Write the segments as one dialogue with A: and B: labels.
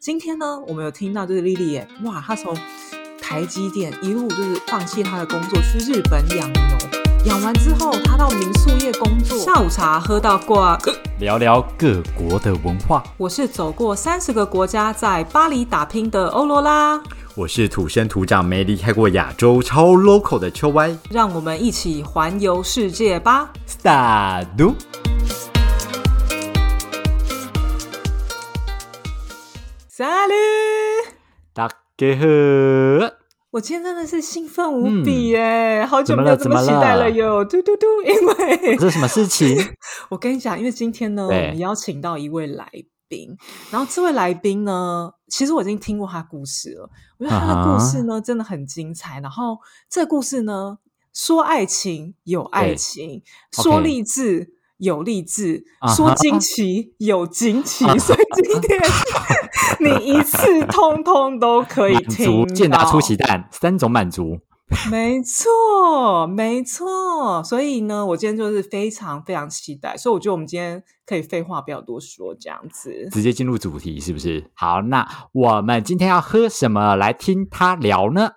A: 今天呢，我们有听到就是莉莉耶，哇，她从台积电一路就是放弃她的工作，去日本养牛，养完之后她到民宿业工作，下午茶喝到挂。呃
B: 聊聊各国的文化。
A: 我是走过三十个国家，在巴黎打拼的欧罗拉，
B: 我是土生土长、没离开过亚洲、超 local 的秋歪。
A: 让我们一起环游世界吧！
B: 萨都，
A: 萨利，
B: 大家好。
A: 我今天真的是兴奋无比耶，好久没有这
B: 嗯怎么了
A: 期
B: 怎么了
A: 待了哟！嘟嘟嘟，因为
B: 这是什么事 情？
A: 我跟你讲，因为今天呢，我
B: 对
A: 们邀请到一位来宾，然后这位来宾呢，其实我已经听过他故事了，我觉得他的故
B: 啊
A: 事呢、真的很精彩。然后这故事呢，说爱情有爱
B: 对
A: 情，
B: OK
A: 说励志。有励志
B: 啊哈啊
A: 说惊奇有惊奇所以今天 你一次通通都可以
B: 满
A: 听
B: 足，健达
A: 到
B: 出奇蛋，三种满足。
A: 没错，没错。所以呢，我今天就是非常非常期待，所以我觉得我们今天可以废话不要多说，这样子。
B: 直接进入主题，是不是？好，那我们今天要喝什么来听他聊呢？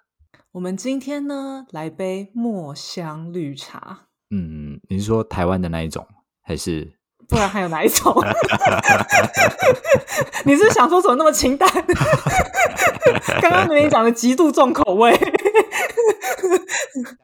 A: 我们今天呢，来杯墨香绿茶，
B: 嗯，你是说台湾的那一种，还是
A: 不然还有哪一种？ 你是想说怎么那么清淡？刚刚你讲的极度重口味，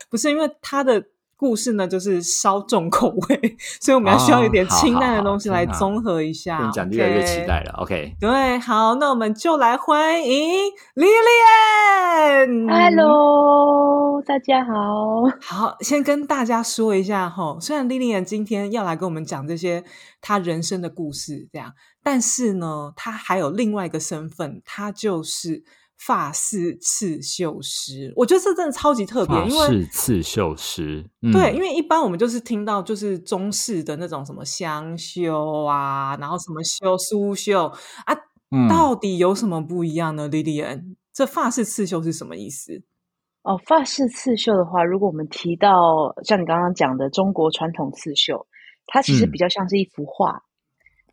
A: 不是因为他的。故事呢，就是稍重口味，所以我们要需要一点
B: 哦好
A: 清淡
B: 好
A: 的
B: 好
A: 东西来
B: 天哪
A: 综合一下。
B: 跟你讲越来越
A: OK
B: 期待了？OK，
A: 啊对，好，那我们就来欢迎 Lilian。
C: Hello，大家好。
A: 好，先跟大家说一下哈，虽然 Lilian 今天要来跟我们讲这些她人生的故事，这样，但是呢，她还有另外一个身份，她就是发饰刺绣师。我觉得这真的超级特别，
B: 法
A: 因为
B: 式嗯刺绣师，嗯
A: 对，因为一般我们就是听到就是中式的那种什么香绣啊，然后什么绣、苏绣啊，
B: 嗯
A: 到底有什么不一样呢？Lilian，这发式刺绣是什么意思？
C: 哦，法式刺绣的话，如果我们提到像你刚刚讲的中国传统刺绣，它其实
B: 嗯
C: 比较像是一幅画，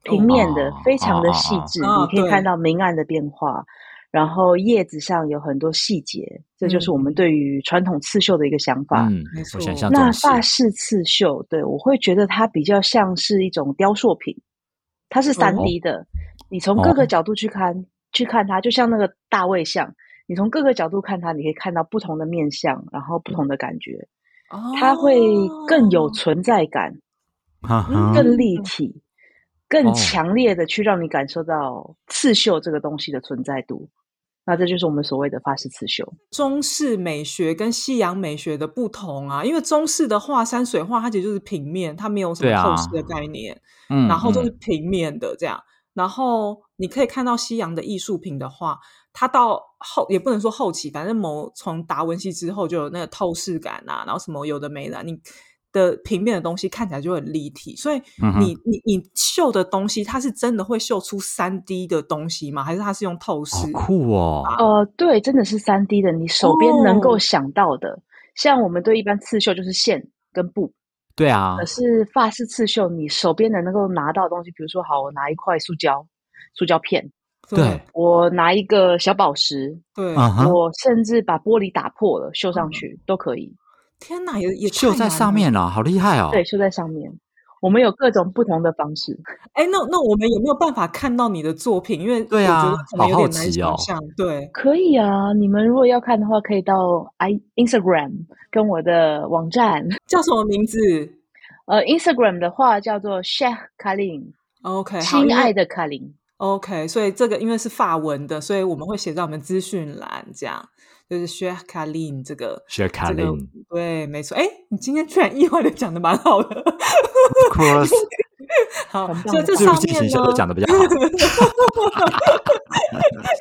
C: 平面的
B: 哦，
C: 非常的细
B: 哦哦哦
C: 致，
A: 哦
C: 你可以
A: 对
C: 看到明暗的变化，然后叶子上有很多细节，这就是我们
A: 嗯
C: 对于传统刺绣的一个想法。
B: 嗯
A: 没错
B: 我想象
C: 那
B: 中是
C: 法式刺绣，对我会觉得它比较像是一种雕塑品，它是三 D 的，你从各
B: 哦
C: 个角度去看、去看它，就像那个大卫像，你从各个角度看它，你可以看到不同的面相，然后不同的感觉，
A: 哦
C: 它会更有存在感，
B: 哈哈
C: 更立体，
B: 嗯哦
C: 更强烈的去让你感受到刺绣这个东西的存在度。那这就是我们所谓的法式刺绣。
A: 中式美学跟西洋美学的不同啊，因为中式的画山水画它其实就是平面，它没有什
B: 对
A: 么
B: 啊
A: 透视的概念，
B: 嗯
A: 然后就是
B: 嗯
A: 平面的这样。然后你可以看到西洋的艺术品的话，它到后也不能说后期，反正某从达文西之后就有那个透视感啊，然后什么有的没的，你的平面的东西看起来就很立体。所以
B: 嗯哼
A: 你、你你绣的东西，它是真的会绣出三 D 的东西吗？还是它是用透
B: 好
A: 视？
B: 酷哦，
C: 呃，对，真的是三 D 的，你手边能
A: 哦
C: 够想到的，像我们对一般刺绣就是线跟布，
B: 对啊
C: 可，是法式刺绣，你手边能够拿到的东西，比如说，好，我拿一块塑胶塑胶片，
B: 对
C: 我拿一个小宝石，
A: 对，
B: 嗯哼，
C: 我甚至把玻璃打破了绣上去、都可以，
A: 天哪，也也太
B: 绣在
A: 难
B: 上
A: 了
B: 面了，好厉害哦，
C: 对，绣在上面。我们有各种不同的方式，
A: 哎，那那我们有没有办法看到你的作品？因为
B: 对
A: 我觉
B: 啊
A: 得可能有
B: 好好
A: 点难
B: 奇
A: 想
B: 哦
A: 象。对，
C: 可以啊。你们如果要看的话，可以到 i Instagram 跟我的网站，
A: 叫什么名字
C: 呃，Instagram 的话叫做 Sheikh Kalin，
A: ？OK，好，
C: 亲
A: 因为
C: 爱的卡琳，
A: OK，所以这个因为是法文的，所以我们会写在我们资讯栏，这样就是 Sheikh Kalin 这个。
B: 学卡
A: 这
B: 琳
A: 个
C: 嗯
A: 对，没错。哎，你今天居然意外的讲的蛮好的，
B: ，of course，
A: 好，
C: 很棒
A: 所以这
B: 是不
A: 上
B: 是进
A: 面
B: 行销
A: 呢
B: 都，讲的比较 好？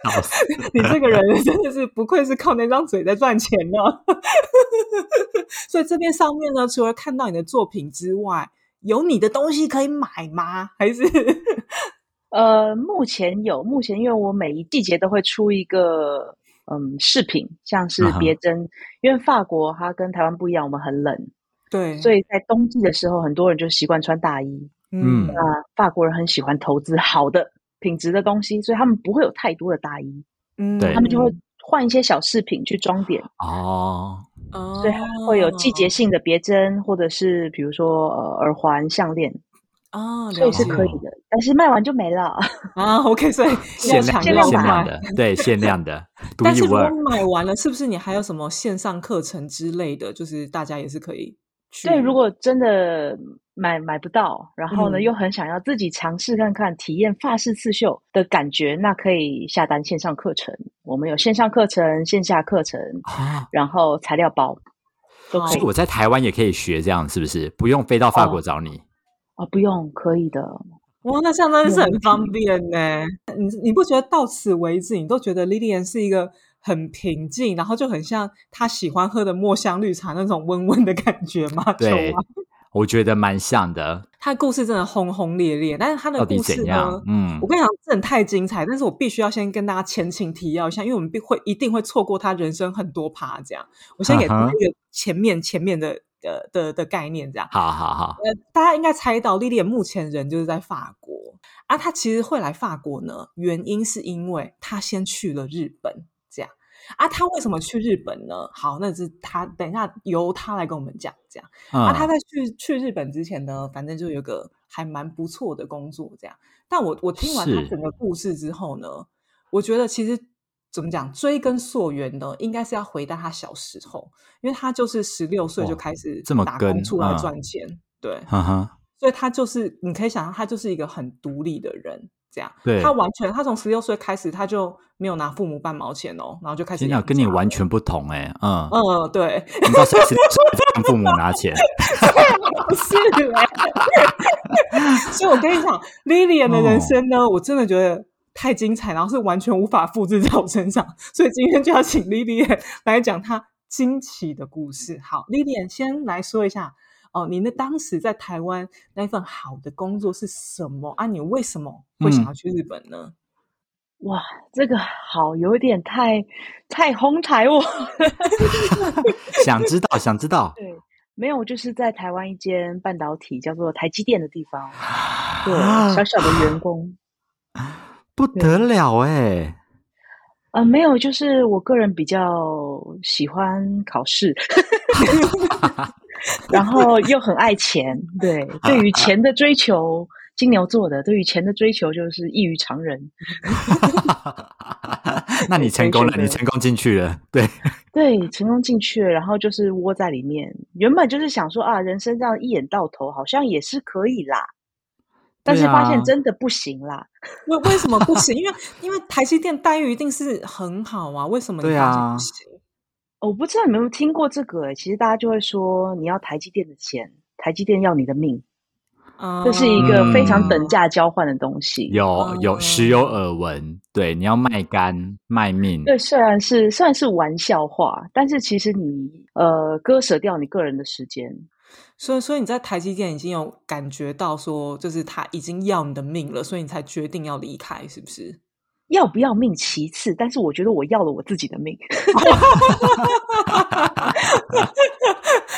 B: 笑死
A: 你这个人真的是不愧是靠那张嘴在赚钱呢。 所以这边上面呢，除了看到你的作品之外，有你的东西可以买吗？还是
C: 呃，目前有，目前因为我每一季节都会出一个嗯饰品，像是
A: 嗯
B: 啊哈
C: 别针，因为法国它跟台湾不一样，我们很冷，
A: 对？
C: 所
A: 以
C: 以在冬季的时候，很多人就习惯穿大衣。
A: 嗯
B: 嗯
C: 那法国人很喜欢投资好的品质的东西，所以他们不会有太多的大衣，
A: 嗯，
B: 对
C: 他们就会换一些小饰品去装点，
B: 哦，
A: 哦，
C: 所以它会有季节性的别针，或者是比如说呃耳环、项链，
A: 哦，
C: 所以是
A: 了解
C: 可以的，但是卖完就没了。
A: 啊，OK，所以要
B: 限量
A: 抢要
B: 的限量
A: 买。
B: 的，对，限 量的，
A: 啊
B: 独
A: 但
B: 一
A: 是如
B: 无
A: 果
B: 二。
A: 买完了，是不是你还有什么线上课程之类的？就是大家也是可以去。
C: 对，如果真的买买不到，然后呢、
A: 嗯
C: 又很想要自己尝试看看体验发式刺绣的感觉，那可以下单线上课程。我们有线上课程、线下课程，
B: 啊，
C: 然后材料包都可
B: 所
C: 以
B: 以我在台湾也可以学这样，是不是？不用飞到法国
C: 哦
B: 找你。
C: 哦，不用，可以的。
A: 哇，那这样真的是
C: 没
A: 很
C: 问
A: 方便呢。你你不觉得到此为止，你都觉得 Lilian 是一个很平静，然后就很像她喜欢喝的墨香绿茶那种温温的感觉吗？
B: 对
A: 酒啊，
B: 我觉得蛮像的，
A: 她的故事真的轰轰烈烈，但是她的
B: 到底
A: 故事
B: 怎
A: 呢
B: 样？？嗯
A: 我，跟你讲，真的太精彩，但是我必须要先跟大家前情提要一下，因为我们必会一定会错过他人生很多趴这样。我先给大
B: 嗯
A: 家
B: 哼
A: 一个前面前面的的的的概念这样。
B: 好好好，
A: 呃，大家应该猜到，莉莉安目前人就是在法国啊。她其实会来法国呢，原因是因为她先去了日本，这样啊。她为什么去日本呢？好，那是她等一下由她来跟我们讲，这样。啊，他
B: 嗯，
A: 在去去日本之前呢，反正就有个还蛮不错的工作这样。但我我听完他
B: 是
A: 整个故事之后呢，我觉得其实怎么讲，追根溯源呢，应该是要回到他小时候，因为他就是十六岁
B: 哇
A: 就开始
B: 这么
A: 打
B: 跟
A: 工出来
B: 嗯
A: 赚钱，对，
B: 哼嗯哼，
A: 所以他就是你可以想象，他就是一个很独立的人。这样，
B: 对
A: 他完全，他从十六岁开始，他就没有拿父母半毛钱哦，然后就开始
B: 天哪，
A: 养
B: 跟你
A: 家
B: 完
A: 了，
B: 全不同哎，嗯，
A: 嗯，对，
B: 你到三十岁跟父母拿钱，
A: 不是欸 所以我跟你讲，Lilian 的人生呢，我真的觉得太精彩，然后是完全无法复制在我身上，所以今天就要请 Lilian 来讲她惊奇的故事。好，Lilian 先来说一下哦，你那当时在台湾那份好的工作是什么啊？你为什么会想要去日本
B: 嗯
A: 呢？
C: 哇，这个好有点太太哄抬我。
B: 想知道想知道，
C: 对，没有，就是在台湾一间半导体叫做台积电的地方，对，小小的员工。
B: 啊不得了哎，
C: 啊、没有，就是我个人比较喜欢考试， 然后又很爱钱， 对，对于钱的追求，金牛座的对于钱的追求就是异于常人，
B: 那你成功了，你成功进去了，对，
C: 对，成功进去了，然后就是窝在里面。原本就是想说啊，人生这样一眼到头，好像也是可以啦，但是
B: 对
C: 发现
B: 啊
C: 真的不行啦。
A: 为为什么不行？因 为因为台积电待遇一定是很好啊，为什么你
B: 对
A: 发现
B: 啊
A: 不行？
C: 哦我不知道你们有没有听过这个、欸，其实大家就会说，你要台积电的钱，台积电要你的命，
A: 啊
C: 这是一个非常等
A: 价。
C: 价交换的东西。
B: 有有时
A: 嗯
B: 有耳闻，对，你要卖肝卖命，
C: 对，虽然是虽然是玩笑话，但是其实你呃割舍掉你个人的时间，
A: 所以，所以你在台积电已经有感觉到说，就是他已经要你的命了，所以你才决定要离开，是不是？
C: 要不要命其次，但是我觉得我要了我自己的命。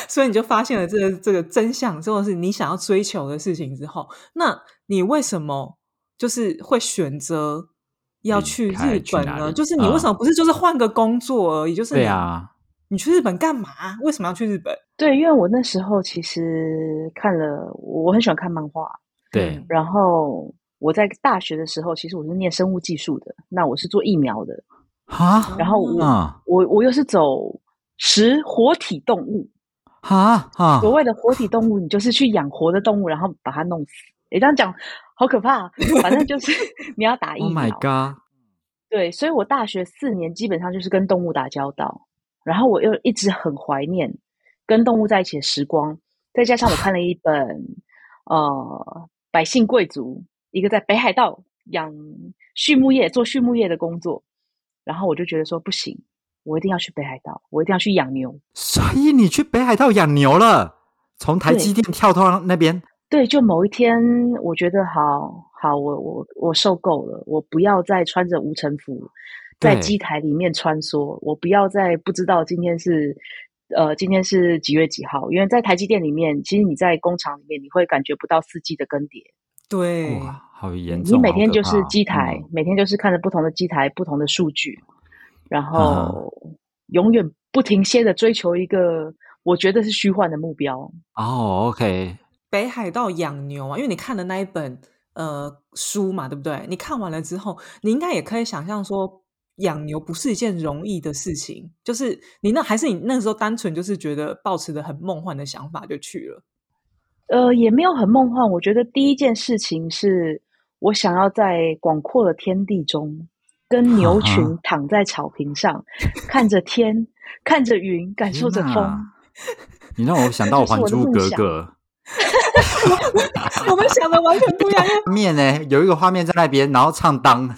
A: 所以你就发现了这个这个真相，或者是你想要追求的事情之后，那你为什么就是会选择要
B: 离
A: 去
B: 开
A: 日
B: 去
A: 本
B: 哪
A: 呢？
B: 里嗯
A: 就是你为什么不是就是换个工作而已？就是
B: 对
A: 你，
B: 啊，
A: 你去日本干嘛？为什么要去日本？
C: 对，因为我那时候其实看了，我很喜欢看漫画，
B: 对，
C: 然后我在大学的时候，其实我是念生物技术的，那我是做疫苗的，
B: 哈
C: 然后我、
B: 啊
C: 我我又是走食活体动物，
B: 哈啊
C: 所，谓的活体动物，你就是去养活的动物，然后把它弄死。诶，这样讲好可怕啊，反正就是 你要打 疫
B: Oh
C: 苗。
B: my god！
C: 对，所以我大学四年基本上就是跟动物打交道，然后我又一直很怀念跟动物在一起的时光，再加上我看了一本呃百姓贵族，一个在北海道养畜牧业做畜牧业的工作，然后我就觉得说不行，我一定要去北海道，我一定要去养牛。
B: 所以你去北海道养牛了，从台积电跳到那边，
C: 对，就某一天，我觉得好好，我我我受够了，我不要再穿着无尘服在
B: 对
C: 机台里面穿梭，我不要再不知道今天是呃今天是几月几号，因为在台积电里面，其实你在工厂里面，你会感觉不到四季的更迭，
A: 对，
B: 哇，好严重！
C: 你每
B: 好
C: 天
B: 可
C: 就是
B: 怕
C: 机台，
B: 嗯
C: 每天就是看着不同的机台、不同的数据，然
B: 啊哈
C: 后永远不停歇的追求一个我觉得是虚幻的目标。
B: 哦，OK，
A: 北海道养牛啊，因为你看的那一本呃书嘛，对不对？你看完了之后，你应该也可以想象说，养牛不是一件容易的事情。就是你那还是你那时候单纯就是觉得抱持的很梦幻的想法就去了。
C: 呃，也没有很梦幻。我觉得第一件事情是我想要在广阔的天地中，跟牛群
B: 啊哈
C: 躺在草坪上，看着天，看着云，感受着
B: 天
C: 风。
B: 哪你让我想到《
C: 这就
B: 还
C: 是我的
B: 珠
C: 梦
B: 格
C: 想
B: 格
A: 我们想的完全不一
C: 啊
A: 样，因为》
B: 画面呢，有一个画面在那边，然后唱 当，
A: 啊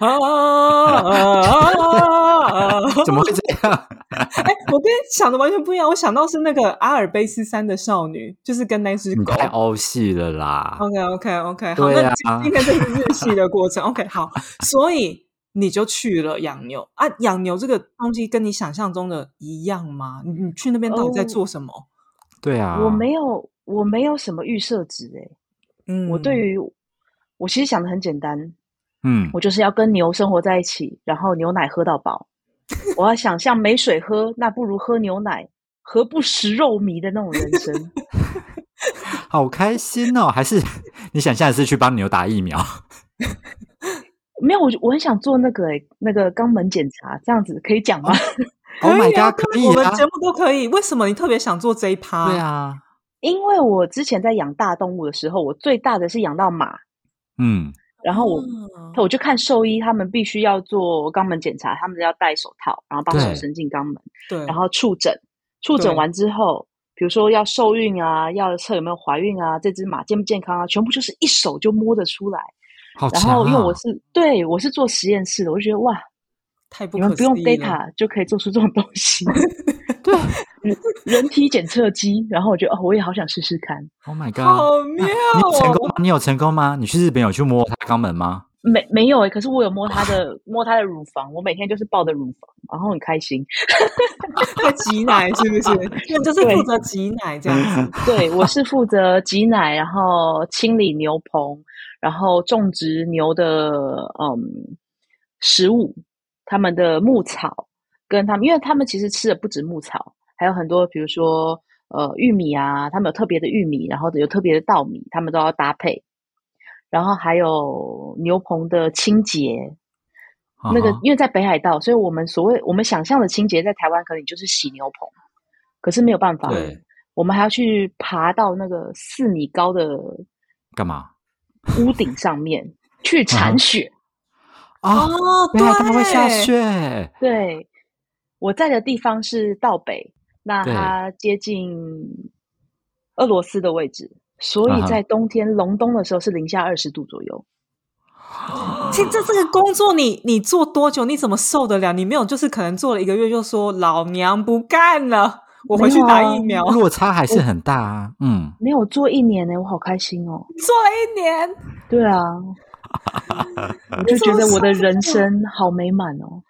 A: 啊啊啊！
B: 怎么会这样？
A: 哎，我跟你想的完全不一样，我想到是那个阿尔卑斯山的少女，就是跟那只
B: 你
A: 狗。
B: 太
C: 哦
B: 欧系了啦！
A: OK OK OK，好，
B: 对
A: 那
B: 啊
A: 今今天这是日系的过程。OK，好，所以你就去了养牛啊？养牛这个东西跟你想象中的一样吗？你你去那边到底在
C: 哦
A: 做什么？
B: 对啊，
C: 我没有，我没有什么预设值诶、
A: 嗯，
C: 我对于我其实想的很简单，
B: 嗯
C: 我就是要跟牛生活在一起，然后牛奶喝到饱。我要想象没水喝，那不如喝牛奶，何不食肉糜的那种人生？
B: 好开心哦！还是你想下次去帮牛打疫 苗？
C: 没有，我就我很想做那个、欸、那个肛门检查，这样子可以讲吗？
B: Oh
A: 可
B: my
A: 以啊
B: god，可以
A: 我们
B: 啊
A: 节目都可以。为什么你特别想做这一趴？
B: 对，啊，
C: 因为我之前在养大动物的时候，我最大的是养到马，
B: 嗯，
C: 然后我、
A: 嗯
C: 我就看兽医，他们必须要做肛门检查，他们要戴手套，然后帮手
B: 对
C: 伸进肛门，
A: 对，
C: 然后触诊，触诊
A: 对
C: 完之后，比如说要受孕啊，要测有没有怀孕啊，这只马健不健康啊，全部就是一手就摸得出来。
B: 好
C: 然
B: 强
C: 后因为我
B: 啊！
C: 是对我是做实验室的，我就觉得哇，
A: 太不
C: 你们
A: 可
C: 不
A: 思
C: 用
A: 议
B: 啊
A: 了。
C: data 就可以做出这种东 西。对，啊人体检测机，然后我觉得哦，我也好想试试看。
B: Oh my god，
A: 好妙
B: 那你有成功
A: 哦！
B: 吗？你有成功吗？你去日本有去摸它肛门吗？
C: 没没有诶、欸可是我有摸它的摸它的乳房，我每天就是抱着乳房，然后很开心。
A: 在挤奶是不 是？因为就是负责挤奶这样 子。
C: 对，我是负责挤奶，然后清理牛棚，然后种植牛的嗯食物，他们的牧草跟他们，因为他们其实吃的不止牧草，还有很多，比如说呃玉米啊，他们有特别的玉米，然后有特别的稻米，他们都要搭配。然后还有牛棚的清洁，那个
B: 啊哈
C: 因为在北海道，所以我们所谓我们想象的清洁，在台湾可能就是洗牛棚，可是没有办法，
B: 对，
C: 我们还要去爬到那个四米高的
B: 干嘛
C: 屋顶 上面
B: 啊
C: 去
B: 哈
C: 铲雪。
B: 啊？
A: 哦，
B: 对啊，它会下
A: 对
B: 雪。
C: 对，我在的地方是道北，那
B: 对
C: 它接近俄罗斯的位置，所
B: 啊
C: 以
B: 哈
C: 在冬天隆冬的时候是零下二十度左右。
A: 其实这这个工作你，你做多久？你怎么受得了？你没有就是可能做了一个月就说老娘不干了，我回去打疫苗。
C: 哦
B: 落差还是很大啊。嗯，
C: 没有做一年呢、我好开心哦！
A: 做了一年，
C: 对 啊，我就
A: 你这
C: 觉
A: 么
C: 得我的
A: 爽
C: 人生好美满哦。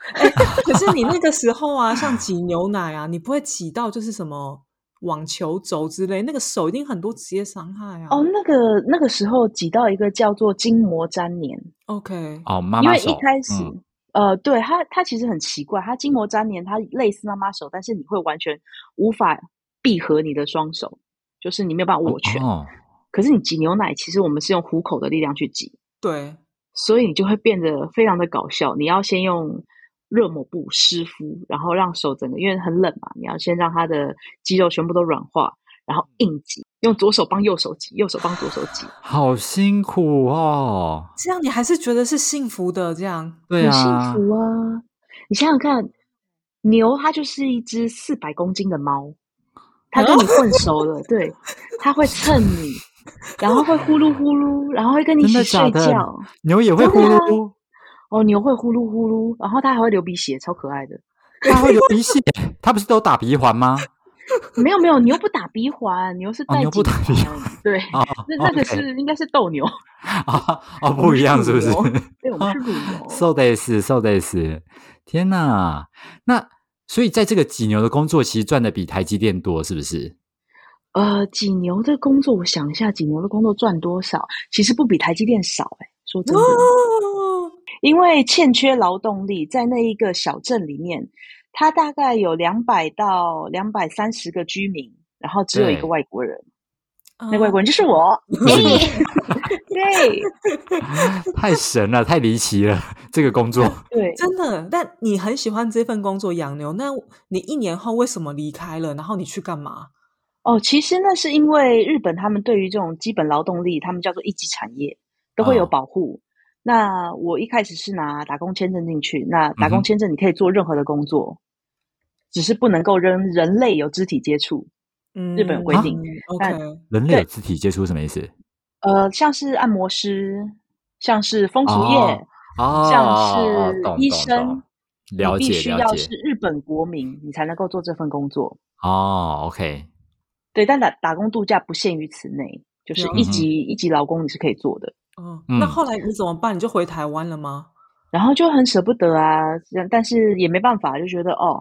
A: 可是你那个时候啊，像挤牛奶啊，你不会挤到就是什么网球肘之类，那个手一定很多职业伤害啊。
C: 哦，那个那个时候挤到一个叫做筋膜粘连，
A: OK，
B: 哦，妈
C: 因
B: 妈
C: 为
B: 手
C: 一开始，
B: 嗯
C: 呃，对它它其实很奇怪，它筋膜粘连，它类似妈妈手，但是你会完全无法闭合你的双手，就是你没有办法握拳。
B: 哦，
C: 可是你挤牛奶，其实我们是用虎口的力量去挤，
A: 对，
C: 所以你就会变得非常的搞笑。你要先用热抹布湿敷，然后让手整个因为很冷嘛，你要先让它的肌肉全部都软化，然后硬挤，用左手帮右手挤，右手帮左手挤。
B: 好辛苦哦。
A: 这样你还是觉得是幸福的，这样
B: 对
C: 很
B: 啊
C: 幸，福啊！你想想看，牛它就是一只四百公斤的猫，它跟你混熟了，对，它会蹭你，然后会呼噜呼噜，然后会跟你一
B: 真的
C: 起
B: 假
C: 睡
B: 的
C: 觉。？
B: 牛也会
C: 真
B: 呼
C: 的啊
B: 噜，
C: 哦，牛会呼噜呼噜，然后它还会流鼻血，超可爱的。啊
B: 它会流鼻 血，它不是都打鼻环吗？
C: 没有没有，牛不打鼻环，牛是
B: 哦
C: 带
B: 牛不
C: 颈
B: 打鼻
C: 环。啊对，
B: 哦，
C: 那那个
B: OK
C: 是应该是斗牛，
B: 啊哦，
C: 我
B: 不
C: 们
B: 一
C: 是哦
B: 样
C: 乳
B: 是不是
C: 牛对，我们是乳
B: ？So
C: 牛。
B: this, so this，天哪！那所以在这个挤牛的工作，其实赚的比台积电多，是不是？
C: 呃，几牛的工作，我想一下，几牛的工作赚多少？其实不比台积电少、欸，哎，说真的，
A: 哦，
C: 因为欠缺劳动力，在那一个小镇里面，它大概有两百到两百三十个居民，然后只有一个
B: 对
C: 外国人，
A: 那
C: 那
A: 哦
C: 外国人就是我，
B: 就是你
C: 对
B: 太神了，太离奇了， 这个工 作。
C: 对，
A: 真的，但你很喜欢这份工作养牛，那你一年后为什么离开了？然后你去干嘛？
C: 哦，其实那是因为日本他们对于这种基本劳动力，他们叫做一级产业，都会有
B: 哦
C: 保护。那我一开始是拿打工签证进去，那打
B: 嗯
C: 工
B: 哼
C: 签证你可以做任何的工作，只是不能够跟人类有肢体接触。
A: 嗯，
C: 日本有规
A: 啊
C: 定但
A: OK，
B: 人类有
C: 对
B: 肢体接触什么意思？
C: 呃，像是按摩师，像是风俗业，
B: 哦哦，
C: 像是
B: 懂
C: 医
B: 懂
C: 生
B: 懂
C: 你
B: 了
C: 必
B: 解
C: 须
B: 了
C: 要
B: 解
C: 是日本国民，你才能够做这份工作。
B: 哦，OK，
C: 对，但打打工度假不限于此内，就是
A: 了
C: 一
B: 解
C: 级、一级劳工你是可以做的。
A: 嗯，
B: 嗯
A: 那后来你怎么办？你就回台湾了吗？
C: 然后就很舍不得啊，这样但是也没办法，就觉得哦，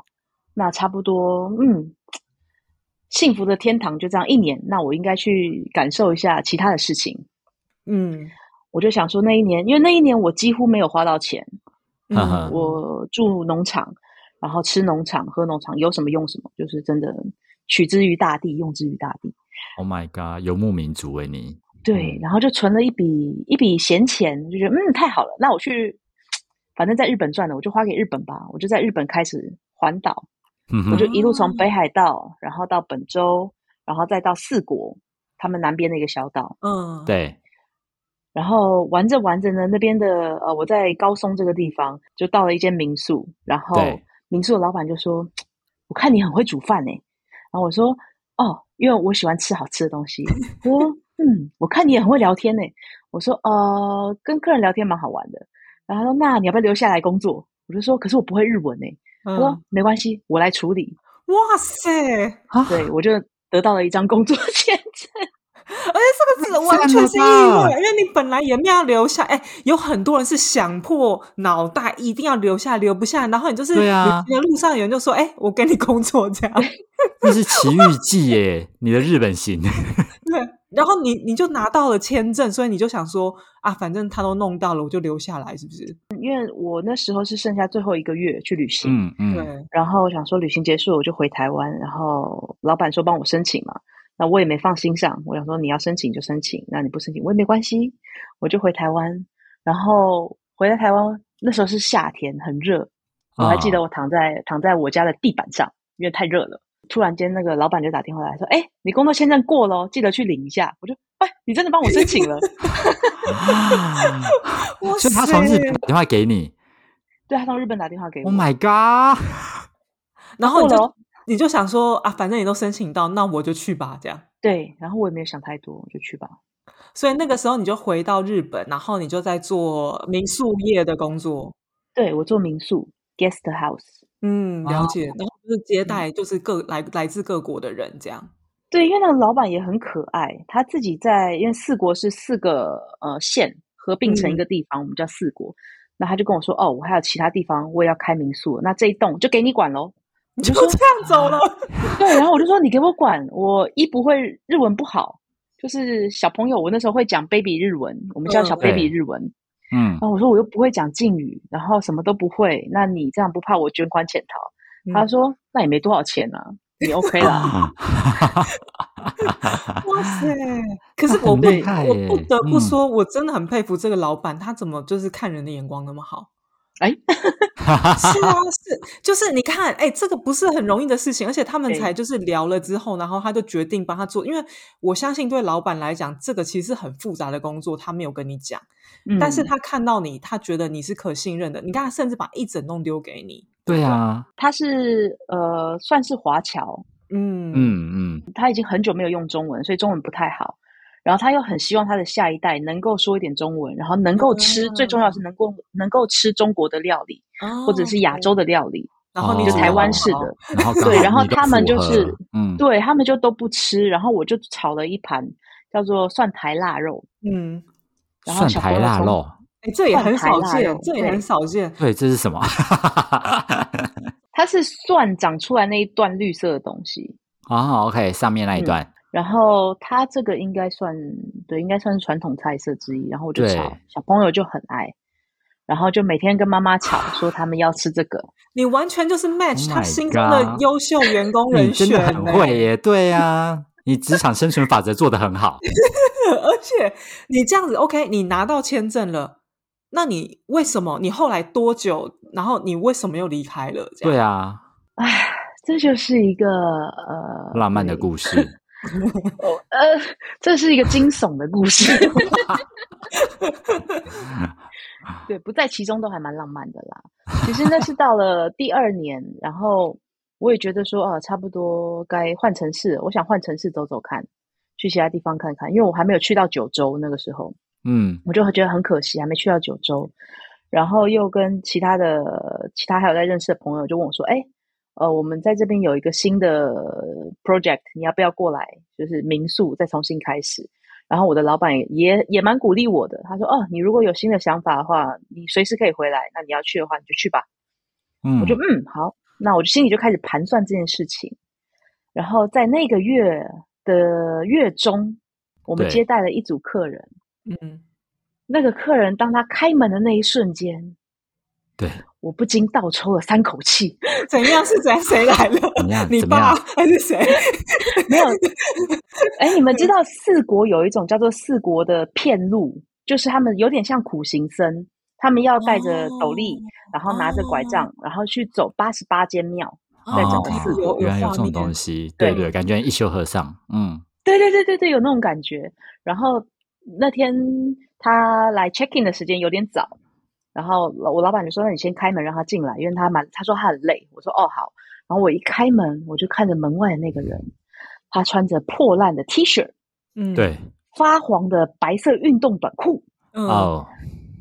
C: 那差不多，嗯，幸福的天堂就这样一年，那我应该去感受一下其他的事情。
A: 嗯，
C: 我就想说那一年，因为那一年我几乎没有花到钱，
A: 嗯
B: 呵呵
C: 我住农场，然后吃农场，喝农场，有什么用什么，就是真的取之于大地，用之于大地。
B: ，Oh my God，游牧民族为欸你，
C: 对
B: 嗯，
C: 然后就存了一笔一笔闲钱，就觉得嗯太好了，那我去，反正在日本赚的，我就花给日本吧，我就在日本开始环岛。
B: 嗯哼
C: 我
B: 哼
C: 就一路
A: 哦
C: 从北海道，然后到本州，然后再到四国，他们南边的一个小岛。
A: 嗯，，
B: 对，
C: 然后玩着玩着呢，那边的呃，我在高松这个地方就到了一间民宿，然后
B: 对
C: 民宿的老板就说：“我看你很会煮饭诶、欸然后我说：“哦，因为我喜欢吃好吃的东西。”我说：“嗯，我看你也很会聊天诶、我说：“呃，跟客人聊天蛮好玩的。”然后他说：“那你要不要留下来工作？”我就说：“可是我不会日文诶、
A: 嗯
C: 他说：“没关系，我来处理。”
A: 哇塞，哎，
B: 啊，
C: 对我就得到了一张工作签证。
A: 这个是
B: 太
A: 完
B: 赞
A: 全
B: 了
A: 是意外，
B: 吧
A: 因为你本来也没有留下，哎，有很多人是想破脑袋一定要留下，留不下，然后你就是
B: 对啊
A: 旅行的路上有人就说，哎，我跟你工作这 样，
B: 那是奇遇记耶，你的日本行，
A: 对，然后你你就拿到了签证，所以你就想说啊，反正他都弄到了，我就留下来，是不是？
C: 因为我那时候是剩下最后一个月去旅行，
B: 嗯嗯，
A: 对，
C: 然后想说旅行结束了我就回台湾，然后老板说帮我申请嘛，那我也没放心上，我想说你要申请就申请，那你不申请我也没关系，我就回台湾，然后回到台湾那时候是夏天很热，我还记得
B: 啊
C: 我躺在躺在我家的地板上，因为太热了。突然间，那个老板就打电话来说：“哎、你工作签证过了哦，记得去领一下。”我就：“哎、你真的帮我申 请了？”
B: 啊
A: 哇
B: 所以他从日本打电话给你
C: 对他从日本打电话给我
B: ，Oh my God，
A: 然后你
C: 过
A: 就
C: 了哦
A: 你就想说啊，反正你都申请到，那我就去吧，这样。
C: 对，然后我也没有想太多，我就去吧。
A: 所以那个时候你就回到日本，然后你就在做民宿业的工作。
C: 对我做民宿 guest house，
A: 嗯，了
B: 哦
A: 解。然后就是接待，就是各来来自各国的人这样。
C: 对，因为那个老板也很可爱，他自己在因为四国是四个呃县合并成一
A: 嗯
C: 个地方，我们叫四国。那他就跟我说：“哦，我还有其他地方我也要开民宿了，那这一栋就给你管喽。
A: 你就
C: 就
A: 这
C: 说
A: 样走了，
C: 对，然后我就说：“你给我管，我一不会日文不好，就是小朋友，我那时候会讲 baby 日文，我们叫
A: 嗯
C: 小 baby
B: 对
C: 日文。
B: 嗯
C: 然，后我说我又不会讲敬语，然后什么都不会，那你这样不怕我卷款潜逃？他
A: 嗯
C: 说那也没多少钱啊，你 OK 啦。
A: 哇 塞！可是
B: 那
A: 我
B: 很
A: 不
B: 厉害
A: 我不
B: 耶
A: 得不
B: 嗯
A: 说，我真的很佩服这个老板，他怎么就是看人的眼光那么好。
C: 哎，
A: 是 啊，是就是你看，哎、这个不是很容易的事情，而且他们才
C: 对
A: 就是聊了之后，然后他就决定帮他做，因为我相信对老板来讲，这个其实很复杂的工作，他没有跟你讲，但是
C: 嗯
A: 他看到你，他觉得你是可信任的，你看他甚至把一整栋丢给你，
B: 对啊，
C: 他是呃算是华侨，
A: 嗯
B: 嗯嗯，
C: 他已经很久没有用中文，所以中文不太好。然后他又很希望他的下一代能够说一点中文，然后能够吃，最重要
B: 哦
C: 的是能够能够吃中国的料理
A: 嗯，
C: 或者是亚洲的料理。
A: 然后你
B: 哦
C: 就
A: 煮得
C: 台湾
A: 很
C: 式
A: 好
C: 的，
B: 然后刚
C: 对
B: 好
C: 然后
B: 你都
C: 他们
B: 符
C: 就是
B: 合嗯
C: 对他们就都不吃，然后我就炒了一盘叫做蒜苔腊肉，
A: 嗯，
C: 然后
B: 蒜
C: 小朋
B: 苔
C: 友
B: 腊
C: 从
B: 肉，
A: 哎、这也
C: 蒜
A: 很
C: 苔
A: 少
C: 腊
A: 见
C: 肉，
A: 这也
C: 哦对
A: 很少见，
B: 对，这是什么？
C: 它是蒜长出来那一段绿色的东西，
B: 哦，OK，上面那一
C: 嗯
B: 段，
C: 然后它这个应该算对，应该算是传统菜色之一。然后我就
B: 对
C: 炒，小朋友就很爱，然后就每天跟妈妈吵，说他们要吃这个。
A: 你完全就是 match
B: Oh
A: 他
B: my
A: 心中的
B: God
A: 优秀员工
B: 你
A: 人选、
B: 真
A: 欸，
B: 的很会耶，对呀、你职场生存法则做得很好，
A: 而且你这样子，OK，你拿到签证了，那你为什么？你后来多久？然后你为什么又离开了？这样
B: 对啊，
C: 这就是一个呃
B: 浪漫的
C: 对
B: 故事，
C: 呃，这是一个惊悚的 故事，对，不在其中都还蛮浪漫的啦。其实那是到了第二年，然后我也觉得说，啊，差不多该换城市了，我想换城市走走看，去其他地方看看，因为我还没有去到九州那个时候，
B: 嗯，
C: 我就觉得很可惜，还没去到九州。然后又跟其他的其他还有在认识的朋友就问我说：“哎，呃，我们在这边有一个新的 project，你要不要过来？就是民宿再重新开始。”然后我的老板也也也蛮鼓励我的，他说：“哦，你如果有新的想法的话，你随时可以回来。那你要去的话，你就去吧。”
B: 嗯
C: 我就嗯好，那我就心里就开始盘算这件事情。然后在那个月的月中，我们
B: 对
C: 接待了一组客人。
A: 嗯，
C: 那个客人当他开门的那一瞬间，
B: 对，
C: 我不禁倒抽了三口气。
A: 怎样是怎样？谁来了？
B: 怎样
A: 你
B: 怎么
A: 爸
B: 样？
A: 还是谁？
C: 没有， 哎，你们知道四国有一种叫做四国的片路，就是他们有点像苦行僧，他们要带着斗笠，然后拿着拐杖，然后去走八十八间庙。
A: 哦，
C: 在
B: 哦
C: 整个四
A: 有
C: 国
B: 原来有这种
A: 画面
B: 东西，
C: 对
B: 对对，感觉一休和尚，嗯，
C: 对对对对对，有那种感觉。然后那天他来 check in 的时间有点早，然后老我老板就说：“那你先开门让他进来，因为他蛮他说他很累。”我说：“哦好。”然后我一开门，我就看着门外的那个人，他穿着破烂的 T 恤，
A: 嗯，
B: 对，
C: 发黄的白色运动短裤，
A: 嗯，
B: 哦，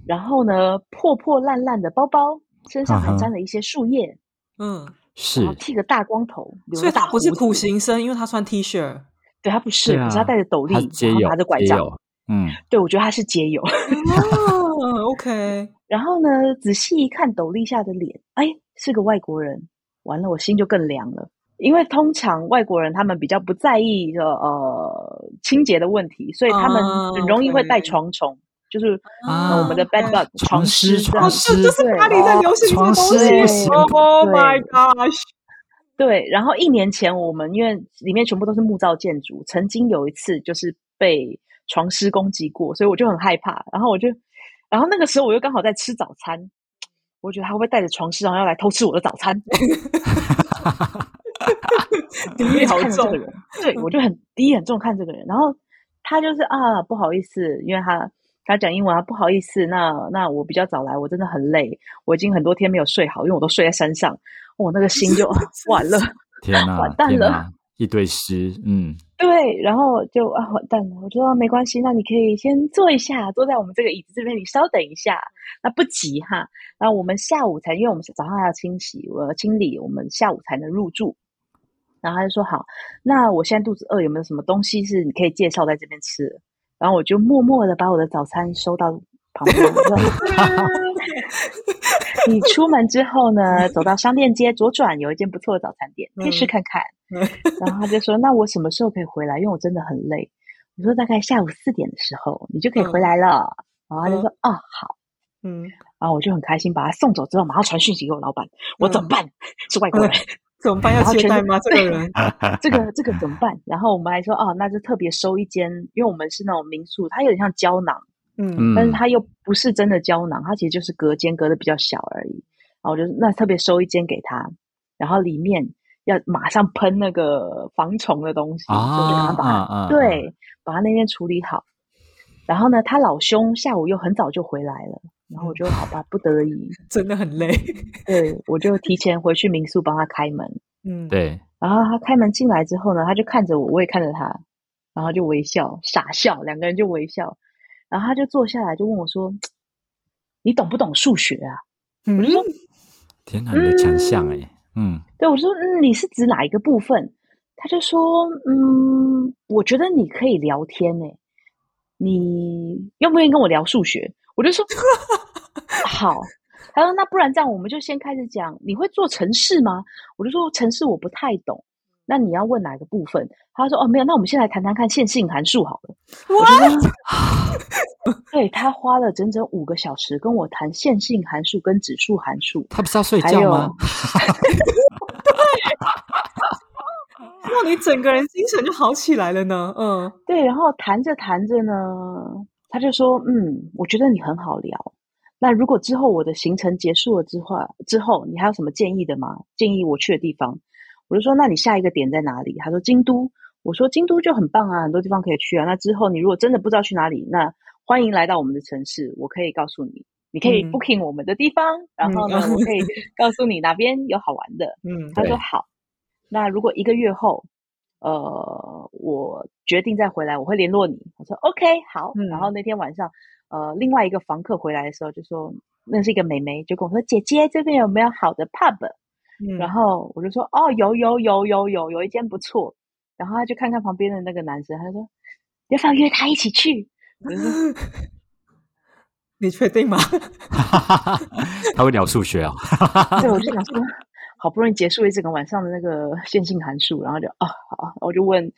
C: 然后呢破破烂烂的包包，身上还
B: 嗯哼
C: 沾了一些树叶，
A: 嗯，
B: 是
C: 然后，剃个大光头，留
A: 所以
C: 了大
A: 他不是
C: 胡子
A: 苦，行僧，因为他穿 T 恤，
C: 对他不是，
B: 对啊
C: 可是他戴着斗笠，
B: 他是街
C: 然后
B: 友
C: 拿着，拐
B: 街
C: 杖，
B: 友，嗯，
C: 对我觉得他是街友。
A: 哦，OK，
C: 然后呢，仔细一看斗笠下的脸，哎，是个外国人。完了，我心就更凉了，因为通常外国人他们比较不在意的呃清洁的问题，所以他们
A: 啊
C: 很容易会带
A: OK
C: 床虫，就是、
B: 啊
C: 呃我们的 bed bug
B: 床
C: 虱
B: 虱
C: 这
A: 哦，
B: 床。
C: 样
A: 就就是
C: 对
A: 巴黎在
B: 哦
A: 流行这个
B: 床
A: 东
B: 虱
A: 西
C: 不
B: 行
C: 哦
A: ，Oh my
C: 对
A: gosh，
C: 对，然后一年前我们因为里面全部都是木造建筑，曾经有一次就是被床虱攻击过，所以我就很害怕。然后我就，然后那个时候我又刚好在吃早餐，我觉得他会不会带着床虱然后要来偷吃我的早餐？
A: 敌
C: 我就
A: 意好
C: 看着这
A: 重
C: 个，人，对我就很第一眼重看这个人，然后他就是啊，不好意思，因为他他讲英文啊，不好意思，那那我比较早来，我真的很累，我已经很多天没有睡好，因为我都睡在山上，我、那个心就、啊完了，
B: 天哪
C: 完，蛋
B: 天
C: 了
B: 哪，一堆尸，嗯，
C: 对，然后就啊完蛋了，我就说没关系，那你可以先坐一下，坐在我们这个椅子这边，你稍等一下，那不急哈，然后我们下午才，因为我们早上还要清洗，我要清理，我们下午才能入住。然后他就说好，那我现在肚子饿，有没有什么东西是你可以介绍在这边吃的？然后我就默默的把我的早餐收到旁边，我说 你出门之后呢，走到商店街左转有一间不错的早餐店，可以试
A: 嗯
C: 看看。
A: 嗯
C: 然后他就说，那我什么时候可以回来？因为我真的很累。我说大概下午四点的时候你就可以
A: 嗯
C: 回来了。然后他就
A: 嗯
C: 说，哦好。
A: 嗯，
C: 然后我就很开心，把他送走之后，马上传讯息给我老板，
A: 嗯
C: 我怎么办？是外国人，
A: 怎么办？要
C: 然后
A: 接
C: 全
A: 待
C: 部
A: 吗？这个 人，
C: 这个这个怎么办？然后我们还说，哦，那就特别收一间，因为我们是那种民宿，它有点像胶囊，
A: 嗯
B: 嗯，
C: 但是它又不是真的胶囊，它其实就是隔间隔的比较小而已。然后我就那特别收一间给他，然后里面要马上喷那个防虫的东西，
B: 啊
C: 所以我就赶快把它、
B: 啊啊
C: 对把它那边处理好。然后呢，他老兄下午又很早就回来了，然后我就好吧，不得已，
A: 真的很累，
C: 对，我就提前回去民宿帮他开门。
A: 嗯，
B: 对，
C: 然后他开门进来之后呢，他就看着我，我也看着他，然后就微笑，傻笑，两个人就微笑。然后他就坐下来就问我说：“你懂不懂数学啊
A: 嗯，
B: 天哪，你的强项哎，嗯，？”
C: 对我说：“嗯，你是指哪一个部分？”他就说：“嗯，我觉得你可以聊天呢、欸你愿不愿意跟我聊数学？”我就说：“好。”他说：“那不然这样，我们就先开始讲，你会做程式吗？”我就说：“程式我不太懂。”那你要问哪个部分？他说哦，没有，那我们先来谈谈看线性函数好了。
A: 哇，
C: 对他花了整整五个小时跟我谈线性函数跟指数函数，
B: 他不是要睡
C: 还
B: 觉
C: 有
B: 吗？
A: 让你整个人精神就好起来了呢。嗯，
C: 对，然后谈着谈着呢，他就说：“嗯，我觉得你很好聊。那如果之后我的行程结束了之后，之后你还有什么建议的吗？建议我去的地方？”我就说：“那你下一个点在哪里？”他说：“京都。”我说：“京都就很棒啊，很多地方可以去啊。那之后你如果真的不知道去哪里，那欢迎来到我们的城市，我可以告诉你，你可以
A: 嗯
C: booking 我们的地方，然后呢，
A: 嗯
C: 我可以告诉你哪边有好玩的。”
A: 嗯，
C: 他说
B: 对
C: 好，那如果一个月后，呃，我决定再回来，我会联络你。我说 OK，好。然后那天晚上，呃，另外一个房客回来的时候就说，那是一个美眉，就跟我说姐姐这边有没有好的 pub？、
A: 嗯
C: 然后我就说哦，有有有有有有一间不错。然后他就看看旁边的那个男生，他就说要不要约他一起去？我就说
A: 你确定吗？
B: 他会聊数学哦。
C: 对，我就想说，好不容易结束了一整个晚上的那个线性函数，然后就哦好，我就问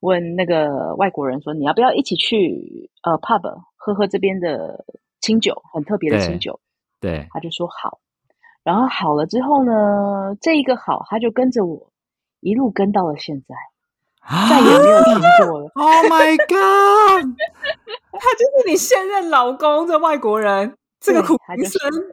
C: 问那个外国人说，你要不要一起去呃 pub 喝喝这边的清酒，很特别的
B: 对
C: 清酒？
B: 对，
C: 他就说好。然后好了之后呢，这一个好，他就跟着我一路跟到了现在，再也没有停过了。
B: 啊 Oh my god！
A: 他就是你现任老公的外国人，这个
C: 对
A: 苦
C: 他
A: 行
C: 就是
A: 僧。
B: 啊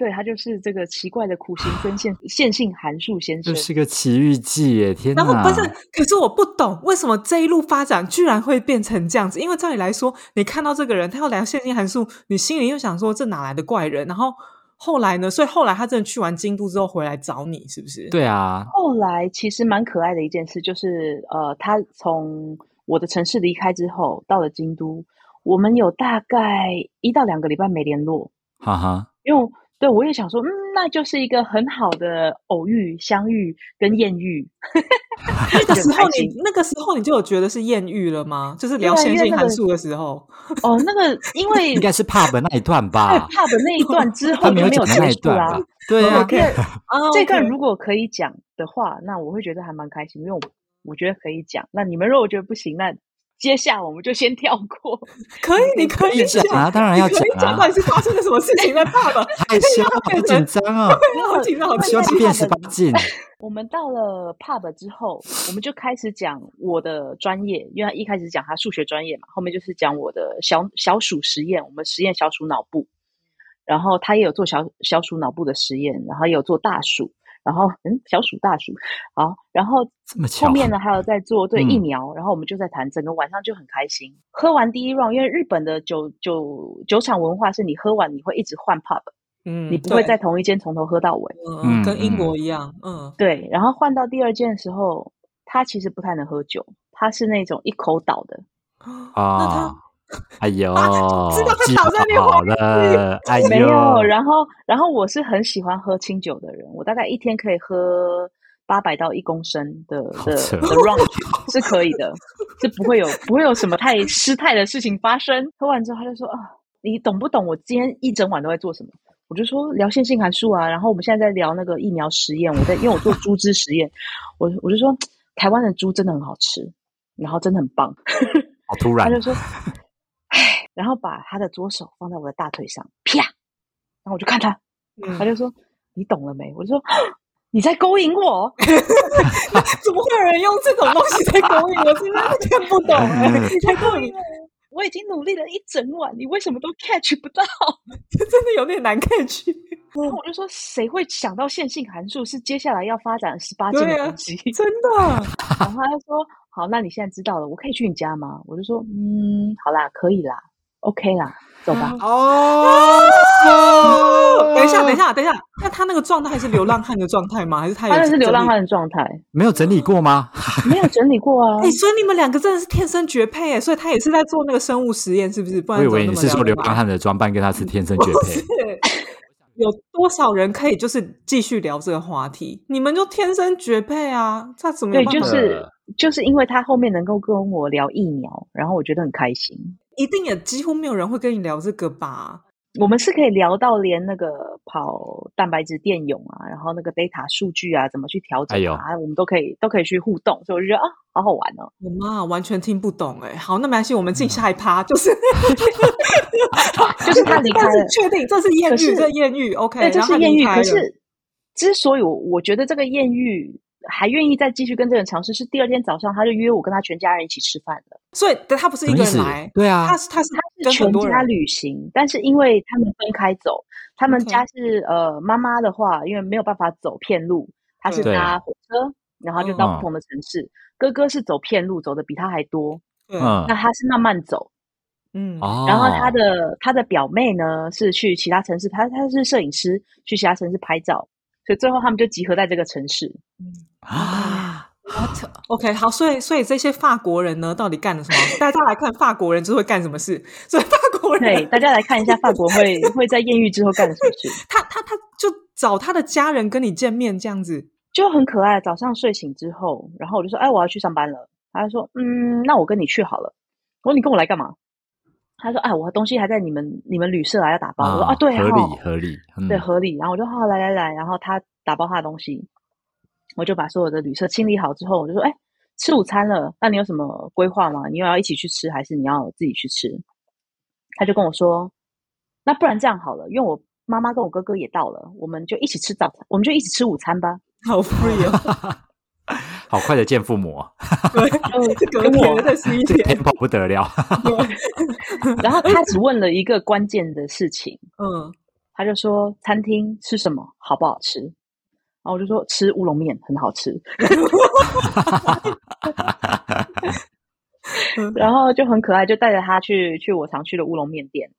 C: 对他就是这个奇怪的苦行僧线线性函数先生
B: 这，是个奇遇记耶！天
A: 然后
B: 哪，
A: 不是，可是我不懂为什么这一路发展居然会变成这样子。因为照理来说，你看到这个人，他要聊现金函数，你心里又想说这哪来的怪人？然后后来呢？所以后来他真的去完京都之后回来找你，是不是？，
B: 对啊，
C: 后来其实蛮可爱的一件事，就是呃，他从我的城市离开之后，到了京都，我们有大概一到两个礼拜没联络，
B: 哈哈，
C: 因为我对我也想说，嗯，那就是一个很好的偶遇、相遇跟 艳遇。
A: 那个
C: 就
A: 时
C: 很
A: 候
C: 开
A: 你
C: 心
A: 那个时候你就有觉得是艳遇了吗？就是聊
C: 对啊因
A: 现
C: 为
A: 金
C: 那
A: 函
C: 个
A: 数的时候，
C: 哦，那个因 为
B: 应该是 pub 那一段
C: 害
B: 吧？
C: 怕的那一段之后
B: 他
C: 就
B: 没
C: 没
B: 有
C: 有
B: 讲的那
C: 结
B: 一
C: 束
B: 段吧
C: 啦。？
B: 对啊，
C: 因为
A: 啊
C: 这
A: OK
C: 段如果可以讲的话，那我会觉得还蛮开心，因为我我觉得可以讲。那你们如果觉得不行，那接下我们就先跳过。
A: 可以，你
C: 你
A: 可
C: 可
A: 以
C: 以
B: 讲啊，当然
A: 你
B: 要
A: 可以
B: 讲
A: 讲
B: 啊
A: 到，底是发生了什 么事情在爸爸，
B: 害羞啊，好紧张啊，
A: 对啊，好紧张，好
B: 我
A: 紧
B: 希
A: 张
B: 望
C: 对
B: 是变
C: 对
B: 十八 禁。
C: 我们到了 pub 之后，我们就开始讲我的专业，因为他一开始讲他数学专业嘛，后面就是讲我的小小鼠实验，我们实验小鼠脑部，然后他也有做小小鼠脑部的实验，然后也有做大鼠，然后嗯，小鼠大鼠，好，然后
B: 这么巧
C: 后面呢还有在做对
B: 嗯
C: 疫苗，然后我们就在谈，整个晚上就很开心。喝完第一 round，因为日本的酒酒酒厂文化是你喝完你会一直换 pub，、
A: 嗯
C: 你不会
A: 对
C: 在同一间从头喝到尾。
A: 嗯
B: 嗯
A: 跟英
B: 嗯
A: 国一样，嗯，
C: 对，然后换到第二件的时候，他其实不太能喝酒，他是那种一口倒的。
A: 那他
B: 啊！哎呦，
A: 知道他
B: 记
A: 倒在那
B: 好
A: 画面
B: 了，哎
C: 没有，
B: 呦，
C: 然后然后我是很喜欢喝清酒的人，我大概一天可以喝八百到一公升的
B: 好
C: 的
B: 扯哦
C: 的 range 是可以的，是不会有不会有什么太失态的事情发生。喝完之后他就说啊，你懂不懂我今天一整晚都在做什么？我就说聊线性函数啊，然后我们现在在聊那个疫苗实验，我在因为我做猪只实验，我我就说台湾的猪真的很好吃，然后真的很棒，
B: 好突
C: 他
B: 然
C: 就说，唉，然后把他的左手放在我的大腿上，啪，然后我就看他，
A: 嗯
C: 他就说你懂了没？我就说你在勾引我，哦
A: 怎么会有人用这种东西在勾引我？真的是看不懂
B: 嗯
A: 哎、你在勾引，
C: 我已经努力了一整晚，你为什么都 catch 不到？
A: 真的有点难看去。
C: 然后我就说谁会想到线性函数是接下来要发展十八禁
A: 对
C: 的
A: 啊
C: 东西？
A: 真
C: 呃
A: 的，
C: 然后他就说好，那你现在知道了，我可以去你家吗？我就说嗯，好啦，可以啦，OK 啦，走吧。
A: 啊
B: 哦
A: 等一下，等一，下，等一下，那他那个状态是流浪汉的状态吗？还是他有
C: 他那是流浪
A: 整理？
C: 汉的状态，
B: 没有整理过 吗？
C: 没有整理过
B: 哦
C: 啊。
A: 哎、所以你们两个真的是天生绝配哎！所以他也是在做那个生物实验，是不是？不
B: 我
A: 然
B: 以
A: 怎么
B: 为
A: 那
B: 你
A: 么
B: 是说流
A: 聊得
B: 浪汉的装扮跟他是天生绝
A: 来？
B: 配。
A: 是有多少人可以就是继续聊这个话题？你们就天生绝配啊！这怎么有
C: 对，
A: 办
C: 就
A: 法
C: 是
B: 的
C: 就是因为他后面能够跟我聊疫苗，然后我觉得很开心。
A: 一定也几乎没有人会跟你聊这个吧？
C: 我们是可以聊到连那个跑蛋白质电泳啊，然后那个 data 数据啊，怎么去调整
B: 哎呦
C: 啊，我们都可以都可以去互动，所以我就觉得啊，好好玩 哦。
A: 我妈完全听不懂哎、好，那没关系，我们进
B: 嗯
A: 下一趴，就是
C: 就是他离开
A: 但
C: 了
A: 是，确定这是艳
C: 可
A: 遇，
C: 是
A: 这艳遇，OK，
C: 对，这
A: 然后
C: 是
A: 她
C: 艳
A: 离
C: 遇。
A: 开
C: 可
A: 了
C: 是之所以我我觉得这个艳遇还愿意再继续跟这个人尝试，是第二天早上他就约我跟他全家人一起吃饭了。
A: 所以他不是一
B: 什么
A: 个
B: 意思
A: 人来？，
B: 对啊
A: 他，是他是
C: 他
A: 跟
C: 是
A: 很
C: 全
A: 多
C: 家
A: 人，
C: 旅行，但是因为他们分开走，他们
A: OK
C: 家是呃妈妈的话，因为没有办法走片路，他是
A: 对
C: 搭火车，然后就到
B: 嗯
C: 不同的城市。哥哥是走片路，走的比他还多，
A: 对，
B: 嗯
C: 那他是慢慢走。
A: 嗯，
B: 哦，
C: 然后他的他的表妹呢是去其他城市，他他是摄影师，去其他城市拍照，所以最后他们就集合在这个城市。
B: 啊，
A: What? OK，好，所以所以这些法国人呢，到底干了什 么？大家来看法国人就是会干什么事。 所以法国
C: 对，
A: 人，
C: 大家来看一下法国会会在艳遇之后干了什么事，
A: 他他他就找他的家人跟你见面这样子。
C: 就很可爱。早上睡醒之后，然后我就说：“哎，我要去上班了。”他就说：“嗯，那我跟你去好了。”我说：“你跟我来干嘛？”他说：“哎，我东西还在你们你们旅社啊，要打包。我说：“啊，对，
B: 合
C: 哈
B: 理合理，嗯
C: 对，合理。然后我就好、来来来，然后他打包他的东西，我就把所有的旅社清理好之后，我就说，哎，吃午餐了，那你有什么规划吗？你有要一起去吃，还是你要自己去吃？他就跟我说，那不然这样好了，因为我妈妈跟我哥哥也到了，我们就一起吃早餐，我们就一起吃午餐吧。
A: 好 free 哦，
B: 好快的见父母 哦，
A: 这隔
C: 跟
A: 天
C: 我
A: 再吃一
B: 这个
A: 天，
B: tempo 不得了，
C: 然后他只问了一个关键的事情，
A: 嗯，
C: 他就说餐厅吃什么，好不好吃？然后我就说吃乌龙面很好吃，然后就很可爱，就带着他去去我常去的乌龙面店，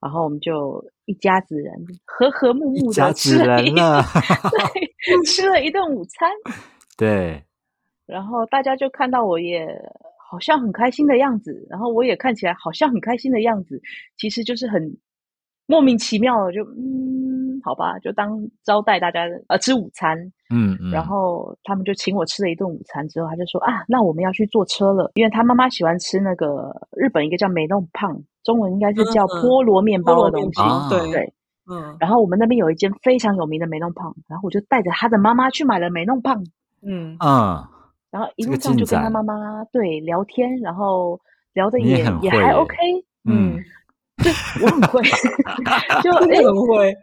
C: 然后我们就一家子人和和睦
B: 一
C: 睦
B: 家
C: 的
B: 子
C: 吃了一
B: 人了，
C: 对吃了一顿午餐，
B: 对，
C: 然后大家就看到我也好像很开心的样子，然后我也看起来好像很开心的样子，其实就是很莫名其妙的，就嗯，好吧，就当招待大家呃吃午餐，
B: 嗯嗯，
C: 然后他们就请我吃了一顿午餐之后，他就说啊，那我们要去坐车了，因为他妈妈喜欢吃那个日本一个叫梅弄胖，中文应该是叫
A: 嗯
C: 菠萝面
A: 菠
C: 包
A: 萝
C: 的
A: 面
C: 东西。
A: 包，
B: 啊
A: 对，
C: 对，
A: 嗯
C: 然后我们那边有一间非常有名的梅弄胖，然后我就带着他的妈妈去买了梅弄胖，
A: 嗯，
B: 嗯，
C: 然后一
B: 这
C: 路
B: 个
C: 上就
B: 进
C: 跟他
B: 展
C: 妈妈对聊天，然后聊的
B: 你也
C: 也
B: 很
C: 也
B: 会
C: 还
B: 耶
C: OK，
B: 嗯，
C: 就我很会， 就
A: 真的
C: 哎
A: 很会，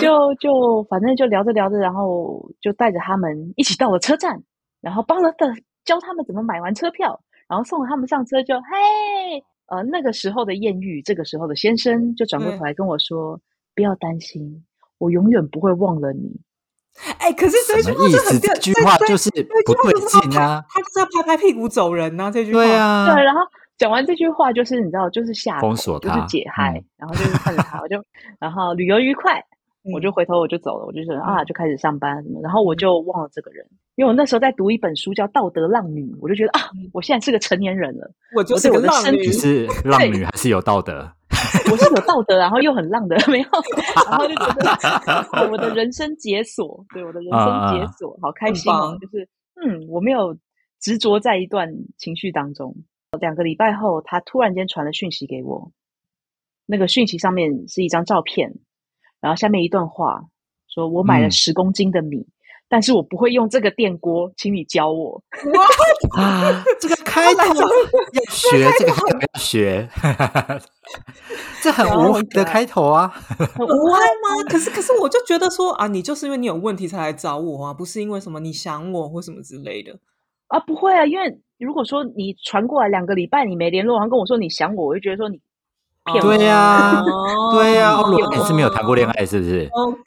C: 就就反正就聊着聊着，然后就带着他们一起到了车站，然后帮了的教他们怎么买完车票，然后送了他们上车就，嘿，呃，那个时候的艳遇，这个时候的先生就转过
B: 嗯
A: 对
C: 头来跟我说：“不要担心，我永远不会忘了你。
A: 哎，可是这
B: 什
A: 句
B: 么
A: 话
B: 意
A: 就
B: 思？
A: 很
B: 这
A: 吊
B: 句话就是
A: 这句
B: 不
A: 话就
B: 对
A: 是要
B: 劲
A: 拍
B: 啊，
A: 他就是要拍拍屁股走人呐，这句话，
B: 对
C: 对，
B: 啊，
C: 然后讲完这句话，就是你知道，就是下
B: 封
C: 口
B: 锁
C: 就是
B: 他
C: 解嗨，
B: 嗯
C: 然后就是看着他，我就然后旅游愉快，
A: 嗯，
C: 我就回头我就走了，我就觉得啊，
A: 嗯
C: 就开始上班什么，然后我就忘了这个人，因为我那时候在读一本书叫《道德浪女》，我就觉得啊
A: 嗯，
C: 我现在是个成年人了，
A: 我就
C: 我
A: 是
C: 对
A: 个
C: 我的
A: 浪
C: 身
A: 女
B: 你，是浪女还是有道德？
C: 我是有道德，然后又很浪的，没 有，然后就觉得啊我的人生解锁，对我的人生
B: 嗯
C: 解
B: 嗯
C: 锁，好开
A: 啊很
C: 心哦
A: 棒，
C: 就是嗯，我没有执着在一段情绪当中。两个礼拜后，他突然间传了讯息给我，那个讯息上面是一张照片，然后下面一段话，说我买了
B: 嗯
C: 十公斤的米，但是我不会用这个电锅，请你教我。
B: 啊，这个开头要学，这个还不要学，这很
C: 然后
B: 无
C: 我
B: 语
C: 觉
B: 的
C: 得
B: 开头啊。
A: 无爱吗？ 可是可是我就觉得说啊，你就是因为你有问题才来找我啊，不是因为什么你想我或什么之类的。
C: 啊，不会啊，因为如果说你传过来两个礼拜你没联络，然后跟我说你想我，我就觉得说你骗我。
B: 对呀
A: 哦
B: 对呀、欧
C: 有
B: 罗你是没有谈过恋爱是不是？
A: OK，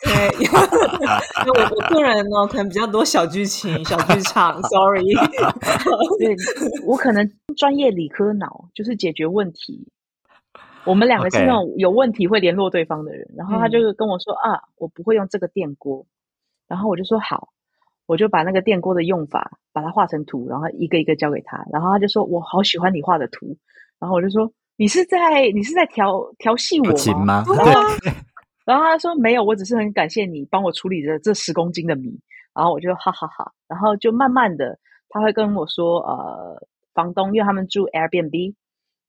A: 那我我个人哦呢，可能比较多小剧情、小剧 场，sorry。
C: 对，我可能专业理科脑，就是解决问题。我们两个是
B: OK
C: 那种有问题会联络对方的人，然后他
A: 嗯
C: 就跟我说、啊，我不会用这个电锅，然后我就说好，我就把那个电锅的用法把它画成图，然后一个一个交给他，然后他就说我好喜欢你画的图，然后我就说你是在你是在调调戏我
B: 友情吗？
A: 对
B: 对
A: 啊，
C: 然后他说没有，我只是很感谢你帮我处理了这十公斤的米。然后我就哈哈哈然后就慢慢的他会跟我说，呃，房东因为他们住 Airbnb，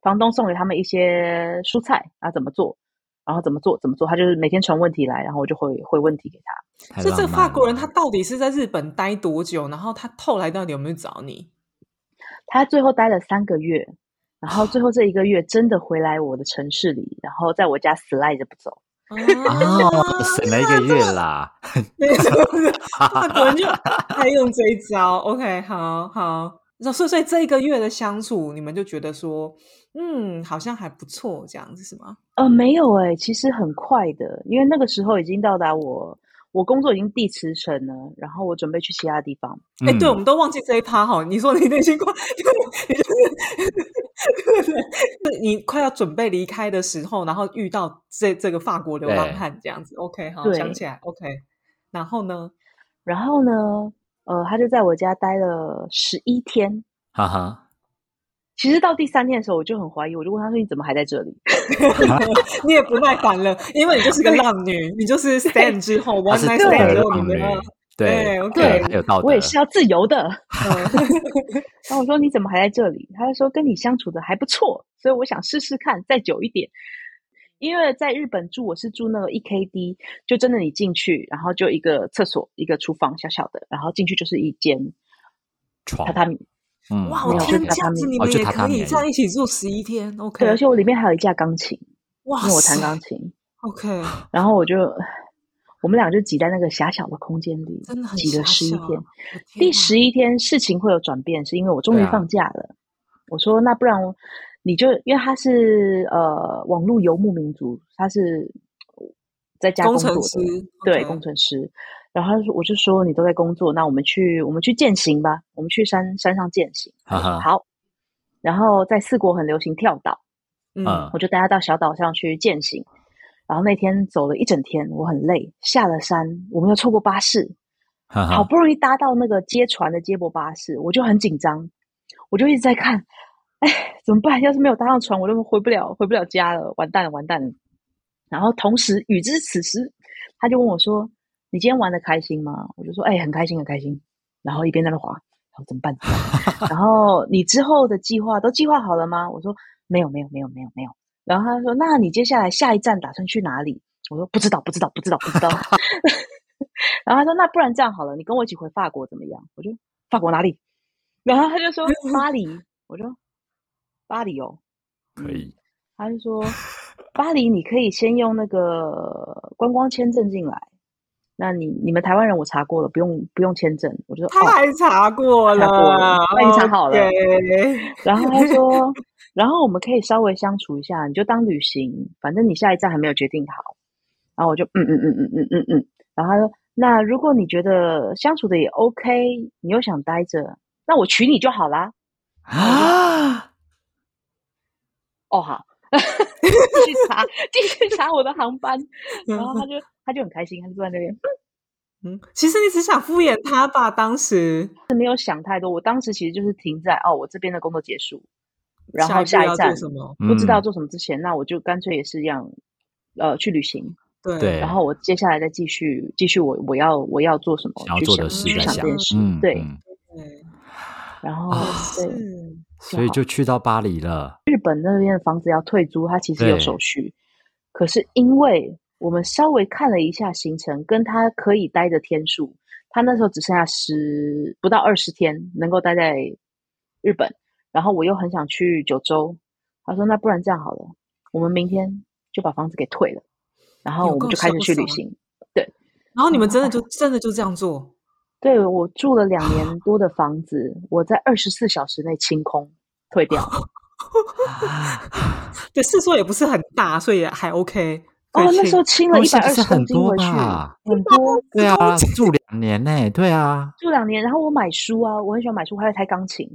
C: 房东送给他们一些蔬菜啊怎么做，然后怎么做怎么做，他就是每天传问题来，然后我就会会问题给他。
B: 太
A: 所以这个
B: 浪漫
A: 法国人
B: 了
A: 他到底是在日本待多久？然后他后来到底有没有找你？
C: 他最后待了三个月，然后最后这一个月真的回来我的城市里，然后在我家死赖着不走。
A: 啊
B: 哦，省了一个月啦，
A: 对， 就是法国人就爱用这一招。OK，好好。那所以，所以这一个月的相处，你们就觉得说，嗯，好像还不错，这样子是吗？
C: 呃，没有诶、其实很快的，因为那个时候已经到达我我工作已经递辞呈了，然后我准备去其他地方。
A: 哎、
B: 嗯
A: 对，我们都忘记这一趴哈。你说你内心快，你就是， 对你快要准备离开的时候，然后遇到这这个法国流浪
B: 对
A: 汉这样子。OK，好，
C: 对
A: 想起来。OK，然后呢？
C: 然后呢，呃，他就在我家待了十一天。
B: 哈哈，
C: 其实到第三天的时候，我就很怀疑，我就问他说：“你怎么还在这里
A: 你也不耐烦了，因为你就是个浪女，你就是 stand 之后 one
B: 她是
A: night
B: 德
A: stand 之
B: 尔
A: 后，你
B: 浪
A: 没
B: 女
A: 有。，对
B: 对
A: ，OK
B: 她有道？”德，
C: 我也是要自由的。
A: 嗯
C: 然后我说：“你怎么还在这里？”他就说：“跟你相处的还不错，所以我想试试看再久一点。”因为在日本住，我是住那个一 KD，就真的你进去，然后就一个厕所、一个厨房，小小的，然后进去就是一间
B: 床
C: 榻，榻米。
B: 嗯，
A: 哇，我
C: 没有
A: 天，这
C: 就榻
A: 样
C: 榻
A: 子
C: 米
A: 你
B: 哦
A: 们
B: 就
A: 也
B: 榻榻
A: 可以
B: 米而
A: 这样
B: 已
A: 一起住十一天，OK？
C: 对，而且我里面还有一架钢琴，
A: 哇
C: 因为我弹
A: 塞
C: 钢琴。
A: ，OK，
C: 然后我就我们俩就挤在那个狭小的空间里，
A: 真的很
C: 挤了
A: 狭
C: 十一
A: 小
C: 天。
A: 我天
C: 第
A: 哪
C: 十一天事情会有转变，是因为我终
B: 对
C: 于
B: 啊
C: 放假了。我说那不然我你就因为他是呃网络游牧民族，他是在家
A: 工
C: 工作
A: 程
C: 的，
A: 师，
C: 对
A: OK
C: 工程师。然后他就说我就说你都在工作，那我们去我们去践行吧，我们去山山上践行。
B: 哈哈，
C: 好，然后在四国很流行跳岛。
A: 嗯
B: 嗯，
C: 我就带他到小岛上去践行。然后那天走了一整天，我很累，下了山，我们又错过巴士，
B: 哈
C: 好
B: 哈，
C: 不容易搭到那个接船的接驳巴士，我就很紧张，我就一直在看，哎，怎么办？要是没有搭上船，我就回不了回不了家了，完蛋了，完蛋了。然后同时，与之此时，他就问我说：“你今天玩的开心吗？”我就说：“哎，很开心，很开心。”然后一边在那滑，然后怎么办？怎么办然后你之后的计划都计划好了吗？我说：“没有，没有，没有，没有，没有。”然后他说：“那你接下来下一站打算去哪里？”我说：“不知道，不知道，不知道，不知道。”然后他说：“那不然这样好了，你跟我一起回法国怎么样？”我就：“法国哪里？”然后他就说：“巴黎。”我说：“巴黎哦。”
B: 可以，
C: 他就说，巴黎你可以先用那个观光签证进来。那你你们台湾人我查过了，不用不用签证。我就说哦，
A: 太查过
C: 查过
A: 了
C: 了，那你查好了
A: OK
C: 然后他说，然后我们可以稍微相处一下，你就当旅行，反正你下一站还没有决定好。然后我就嗯嗯嗯嗯嗯嗯嗯，然后他说，那如果你觉得相处的也 OK，你又想待着，那我娶你就好啦。
B: 啊，
C: 哦好， 继续查，继续查我的航班。 然后他就他就很开心，他就坐在那边。
A: 嗯，其实你只想敷衍他吧，当时。
C: 没有想太多，我当时其实就是停在哦，我这边的工作结束，然后
A: 下
C: 下
A: 一步
C: 一
A: 要做
C: 站
A: 什么？
B: 嗯
C: 不知道做什么之前，那我就干脆也是一样，呃，去旅行，
A: 对
B: 对
C: 然后我接下来再继续继续我我要我要做什么，
B: 想要
C: 去
B: 做
C: 想
B: 的
A: 事
C: 去
B: 在
C: 想
B: 想
C: 这件事，
B: 嗯，
C: 对，
B: 嗯
A: 对，
C: 然后
B: 啊
C: 对
A: 是
B: 所以就去到巴黎了，
C: 日本那边的房子要退租，它其实有
B: 对
C: 手续，可是因为我们稍微看了一下行程，跟他可以待的天数，他那时候只剩下十不到二十天能够待在日本，然后我又很想去九州，他说那不然这样好了，我们明天就把房子给退了，然后
A: 有
C: 我们
A: 够
C: 就开始
A: 潇
C: 去旅
A: 洒
C: 行。
A: 然后你们真的就真的就这样做？
C: 对我住了两年多的房子，我在二十四小时内清空退掉。哦
A: 对，是说也不是很大，所以也还 OK 可
C: 哦
A: 以，去。
C: 那时候清了
B: 哦
C: 一
B: 是
C: 百
B: 不
C: 二
B: 是
C: 十
B: 很
C: 公斤
B: 多
C: 回去，
B: 吧？
C: 很多。
B: 对啊，住两年呢，对啊，
C: 住两年，然后我买书啊，我很喜欢买书，还有一台钢琴，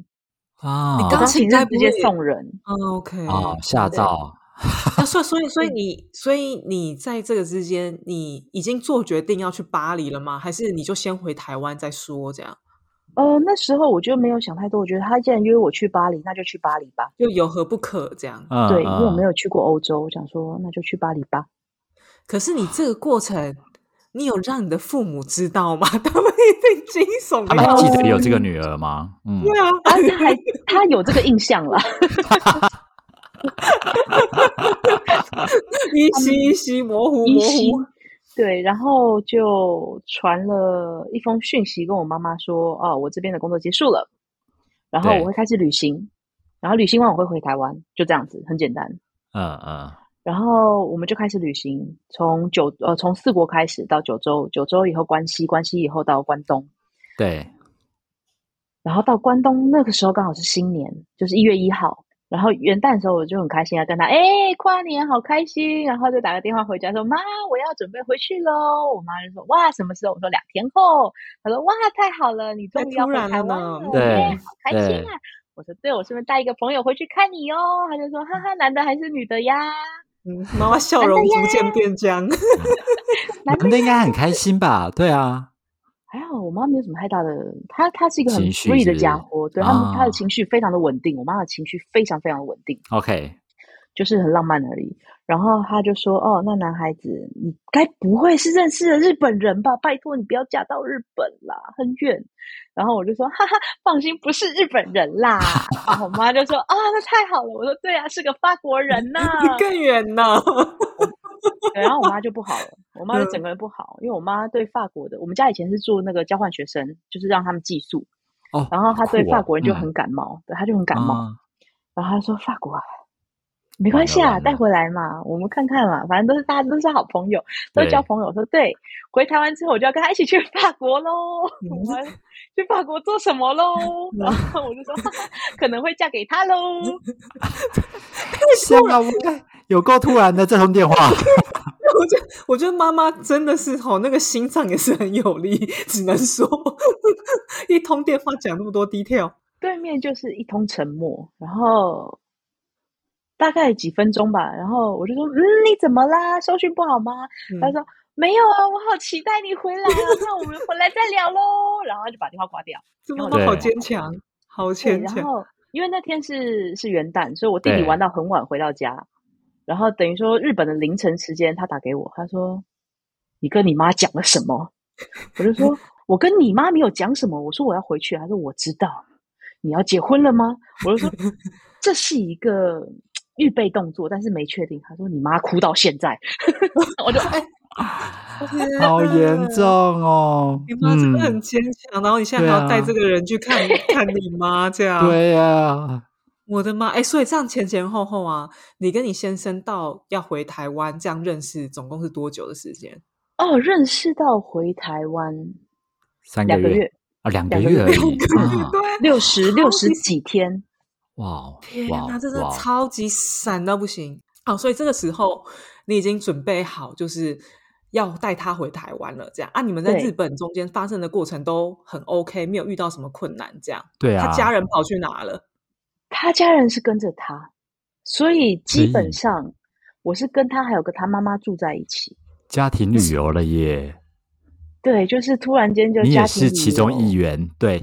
B: 啊，
A: 你
C: 我
A: 钢
C: 钢
A: 琴
C: 琴
A: 该
C: 是
A: 不
C: 直接
A: 会
C: 送人。
A: 啊 OK
C: 哦
B: 啊下
A: 照。
B: 诏，
A: 那所以所以所以你所以你在这个之间，你已经做决定要去巴黎了吗？还是你就先回台湾再说？这样
C: 呃，那时候我就没有想太多，我觉得他既然约我去巴黎，那就去巴黎吧。
A: 又有何不可？这样。
B: 嗯，
C: 对，因为我
B: 嗯
C: 没有去过欧洲，我想说那就去巴黎吧。
A: 可是你这个过程，你有让你的父母知道吗？ 他们一定惊悚的
B: 他们还
A: 要
B: 记
A: 死。
B: 得有这个女儿吗？嗯，
A: 对啊，
C: 啊，他还他有这个印象啦，
A: 依稀依稀模糊
C: 依
A: 模
C: 稀
A: 糊，
C: 对，然后就传了一封讯息跟我妈妈说，哦，我这边的工作结束了，然后
B: 对
C: 我会开始旅行，然后旅行完我会回台湾，就这样子，很简单。
B: 嗯嗯，
C: 然后我们就开始旅行，从九呃从四国开始到九州，九州以后关西，关西以后到关东，
B: 对，
C: 然后到关东那个时候刚好是新年，就是一月一号。然后元旦的时候我就很开心啊，跟他哎跨年好开心，然后就打个电话回家说妈我要准备回去喽。我妈就说哇什么时候？我说两天后。她说哇太好了，你终
A: 太
C: 于要
A: 突
C: 回
A: 然
C: 台
A: 了
C: 湾
A: 呢
C: 了，
B: 对
C: 耶好开心
B: 对
C: 啊！我说对，我顺便带一个朋友回去看你哦。她就说哈哈，男的还是女的呀？
A: 嗯，妈妈笑容逐渐变僵。
C: 男
B: 男
C: 的
B: 的应该很开心吧？对啊，
C: 还好，我妈没有什么太大的，她她是一个很
B: 情绪
C: free
B: 是
C: 的
B: 不
C: 家
B: 是
C: 伙，对他们、她
B: 啊
C: 的情绪非常的稳定，我妈的情绪非常非常的稳定，
B: OK，
C: 就是很浪漫而已。然后她就说：“哦，那男孩子，你该不会是认识了日本人吧？拜托你不要嫁到日本啦，很远。”然后我就说：“哈哈，放心，不是日本人 啦。”然后我妈就说：“啊、那太好了。”我说：“对啊，是个法国人 呐、
A: 更远呢。
C: 对，然后我妈就不好了，我
B: 嗯
C: 妈就整个人不好，因为我妈对法国的，我们家以前是做那个交换学生，就是让他们寄宿，
B: 哦，
C: 然后她
B: 好
C: 对
B: 酷
C: 法
B: 哦
C: 国人就
B: 嗯
C: 很感冒，对，她就很感冒，
B: 啊
C: 然后她说法国啊，没
B: 完
C: 关
B: 了
C: 系啊，
B: 完
C: 带
B: 了
C: 回来嘛，我们看看嘛，反正都是大家都是好朋友，都是交
B: 对
C: 朋友。我说对，回台湾之后我就要跟她一起去法国喽，
A: 嗯
C: 我们去法国做什么喽？ 然后我就说哈哈可能会嫁给他喽。
B: 香啊！我有够突然的这通电话，
A: 我觉得， 我觉得妈妈真的是吼，那个心脏也是很有力， 只能说一通电话讲那么多 detail。
C: 对面就是一通沉默，然后大概几分钟吧，然后我就说：“嗯，你怎么啦？收讯不好吗？”他
A: 嗯、
C: 说：“没有啊，我好期待你回来啊，那我们回来再聊喽。” 然后他就把电话挂掉。
A: 这
C: 然
A: 妈
C: 后
A: 妈
B: 就
A: 好
B: 对
A: 坚强，好
C: 对，
A: 坚
C: 然
A: 强。
C: 后因为那天是是元旦，所以我弟弟
B: 对
C: 玩到很晚回到家，然后等于说日本的凌晨时间，他打给我，他说：“你跟你妈讲了什么？”我就说：“我跟你妈没有讲什么，我说我要回去。”他说：“我知道，你要结婚了吗？”我就说：“这是一个预备动作，但是没确定。”他说：“你妈哭到现 在。”我就
B: 哎好严重哦！
A: 啊你妈真的很
B: 嗯
A: 坚强，然后你现在
B: 对
A: 还要带
B: 啊
A: 这个人去看、看你妈，这
C: 啊
A: 样。，
B: 对呀，
A: 我的妈！哎，所以这样前前后后啊，你跟你先生到要回台湾，这样认识总共是多久的时间？
C: 哦，认识到回台湾
B: 三
C: 两个
B: 月
C: 月，
B: 啊，两个
C: 两个
B: 月
C: 月
B: 而 已啊！
A: 对，
C: 六十
A: 超
C: 六十
A: 级
C: 几天。
B: 哇哦
A: 天
B: 哇
A: 呐，
B: 哦
A: 这真
B: 哇
A: 的
B: 哦！
A: 超级闪到不行哦！所以这个时候你已经准备好，就是要带他回台湾了。这样啊，你们在
C: 对
A: 日本中间发生的过程都很 OK，没有遇到什么困难。这样，
B: 对
A: 他
B: 啊，
A: 家人跑去哪了？
C: 他家人是跟着他，所以基
B: 所以
C: 本上我是跟他还有跟他妈妈住在一起。
B: 家庭旅游了耶！
C: 对，就是突然间就
B: 你也
C: 家庭
B: 是
C: 旅
B: 其中一
C: 游
B: 员，对，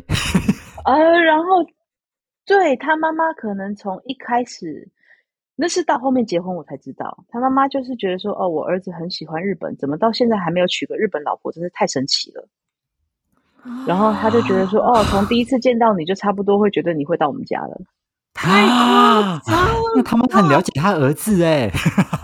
C: 呃，然后对他妈妈可能从一开始，那是到后面结婚我才知道，他妈妈就是觉得说，哦，我儿子很喜欢日本，怎么到现在还没有娶个日本老婆，真是太神奇了。
B: 啊
C: 然后他就觉得说，哦，从第一次见到你就差不多会觉得你会到我们家了。
A: 太夸张了！
B: 那他们很了解他儿子哎，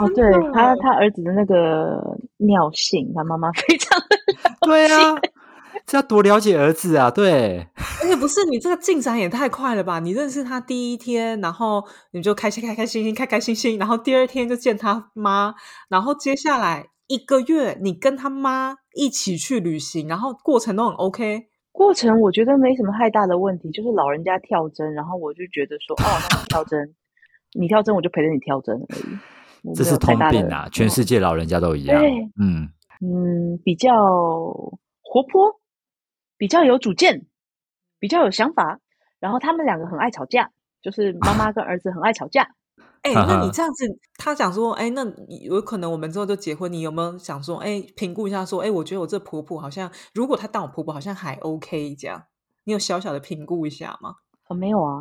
C: 哦，对
A: 真的
C: 他，他儿子的那个尿性，他妈妈非常的
B: 对啊， 这要多了解儿子啊，对，
A: 而且不是你这个进展也太快了吧？你认识他第一天，然后你就开心开开心心开开心心，然后第二天就见他妈，然后接下来一个月你跟他妈一起去旅行，然后过程都很 OK。
C: 过程我觉得没什么太大的问题，就是老人家跳针，然后我就觉得说，哦，那你跳针，你跳针我就陪着你跳针而已，我
B: 这
C: 没
B: 是
C: 有太
B: 通
C: 大
B: 病
C: 的
B: 啊，全世界老人家都一样
C: 对，
B: 嗯，
C: 嗯比较活泼，比较有主见，比较有想法，然后他们两个很爱吵架，就是妈妈跟儿子很爱吵架，
A: 哎、
B: 哈
A: 那你
B: 哈
A: 这样子，他讲说，哎、那你有可能我们之后就结婚，你有没有想说，哎、评估一下说，哎、我觉得我这婆婆好像，如果她当我婆婆好像还 OK 这样，你有小小的评估一下吗？
C: 哦，没有啊，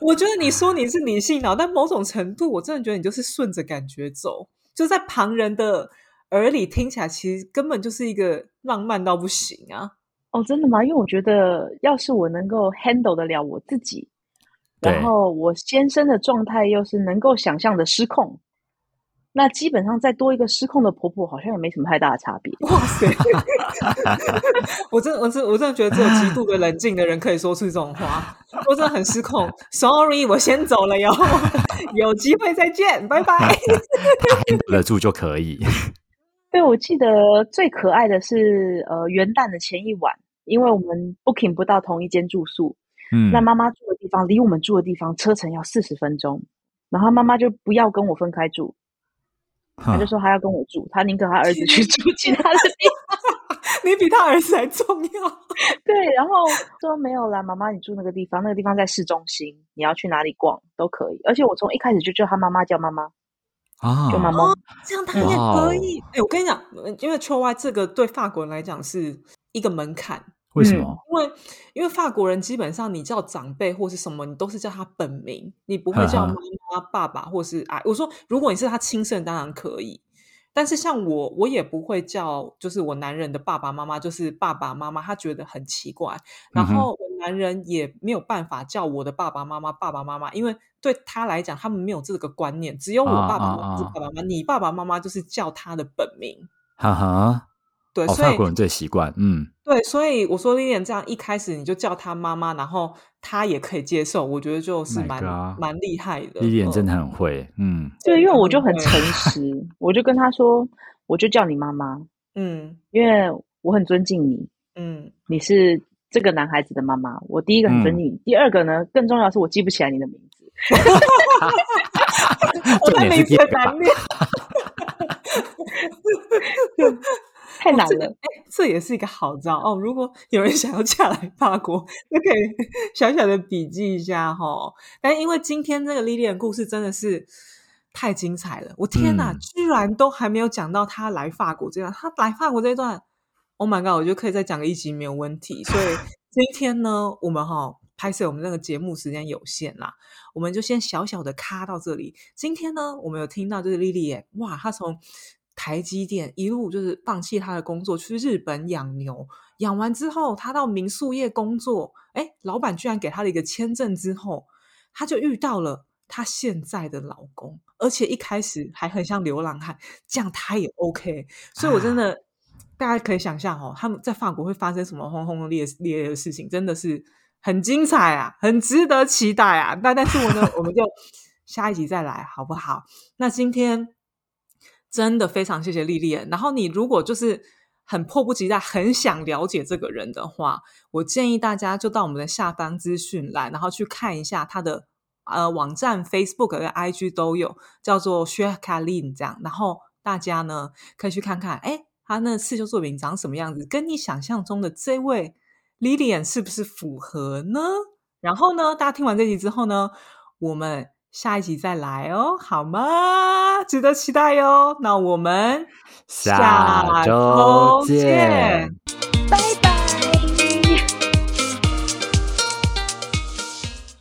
A: 我觉得你说你是理性脑，但某种程度，我真的觉得你就是顺着感觉走，就在旁人的耳里听起来，其实根本就是一个浪漫到不行啊！
C: 哦，真的吗？因为我觉得，要是我能够 handle 得了我自己，然
B: 对
C: 后我先生的状态又是能够想象的失控，那基本上再多一个失控的婆婆，好像也没什么太大的差别。
A: 哇塞！ 我真的我真的我真的觉得只有极度的冷静的人可以说出这种话，我真的很失控。Sorry，我先走了哟， 有机会再见，拜拜。
B: 他 handle 得住就可以。
C: 对，我记得最可爱的是呃元旦的前一晚，因为我们 booking 不到同一间住宿，
B: 嗯，
C: 那妈妈住的地方离我们住的地方车程要四十分钟，然后妈妈就不要跟我分开住，她
B: 哼
C: 就说她要跟我住，她宁可她儿子去 住其他的地方。
A: 你比他儿子还重要。
C: 对，然后说没有啦，妈妈你住那个地方，那个地方在市中心，你要去哪里逛都可以。而且我从一开始就叫她妈妈叫妈妈，
B: 啊，
C: 就妈妈。
A: 哦这样他也
B: 哇
A: 可
B: 哦
A: 以。哎、我跟你讲，呃因为秋外这个对法国人来讲是一个门槛，
B: 为什
C: 嗯
B: 么？
A: 因为因为法国人基本上你叫长辈或是什么，你都是叫他本名，你不会叫
B: 呵
A: 妈
B: 呵
A: 妈、爸爸或是啊。我说，如果你是他亲生，当然可以。但是像我，我也不会叫，就是我男人的爸爸妈妈，就是爸爸妈妈，他觉得很奇怪。然
B: 嗯哼
A: 后我男人也没有办法叫我的爸爸妈妈爸爸妈妈，因为对他来讲，他们没有这个观念，只有我
B: 啊
A: 爸爸
B: 啊
A: 妈妈是
B: 啊
A: 爸爸妈妈，你爸爸妈妈就是叫他的本名。
B: 哈哈，
A: 对，
B: 哦，
A: 呃所
B: 法
A: 以
B: 国人这习惯，嗯，
A: 对，所以我说 Lilian 这样一开始你就叫她妈妈，然后她也可以接受，我觉得就是蛮
B: My God
A: 蛮厉害的。
B: 莉莉安
A: 嗯
B: 真的很会，嗯，
C: 对，因为
A: 她
C: 我
A: 很
C: 就很
A: 会
C: 诚实，我就跟她说，我就叫你妈妈，
A: 嗯
C: 因为我很尊敬你，
A: 嗯，
C: 你是这个男孩子的妈妈，我第一个很
B: 嗯
C: 尊敬你，第二个呢，更重要的是我记不起来你的名字。
A: 我
B: 重
A: 在
B: 点
A: 名
B: 是
A: 字
B: 第
A: 的
B: 二个吧
A: 难念，
C: 太难
A: 这个
C: 了。
A: 哎，这也是一个好招哦。如果有人想要嫁来法国， 就可以小小的笔记一下哈、但因为今天这个 Lilian 的故事真的是。太精彩了！我天哪，
B: 嗯
A: 居然都还没有讲到她来法国这段。她来法国这段，Oh my god，我觉得可以再讲个一集没有问题。所以今天呢，我们哈、拍摄我们那个节目时间有限啦，我们就先小小的卡到这里。今天呢，我们有听到就是莉莉耶，哇，她从台积电一路就是放弃她的工作，去日本养牛，养完之后她到民宿业工作，哎，老板居然给她了一个签证之后，她就遇到了。她现在的老公，而且一开始还很像流浪汉，这样她也 OK，所以我真的、大家可以想象哦，他们在法国会发生什么轰轰烈烈烈的事情，真的是很精彩啊，很值得期待啊。那但是我呢，我们就下一集再来好不好？那今天真的非常谢谢莉莉安。然后你如果就是很迫不及待、很想了解这个人的话，我建议大家就到我们的下方资讯栏，然后去看一下他的呃网站、Facebook 跟 IG 都有，叫做 Share Kalin 这样。然后大家呢可以去看看，哎，他那刺绣作品长什么样子，跟你想象中的这位 Lilian 是不是符合呢？然后呢，大家听完这集之后呢，我们下一集再来哦，好吗？值得期待哟。那我们
B: 下周见。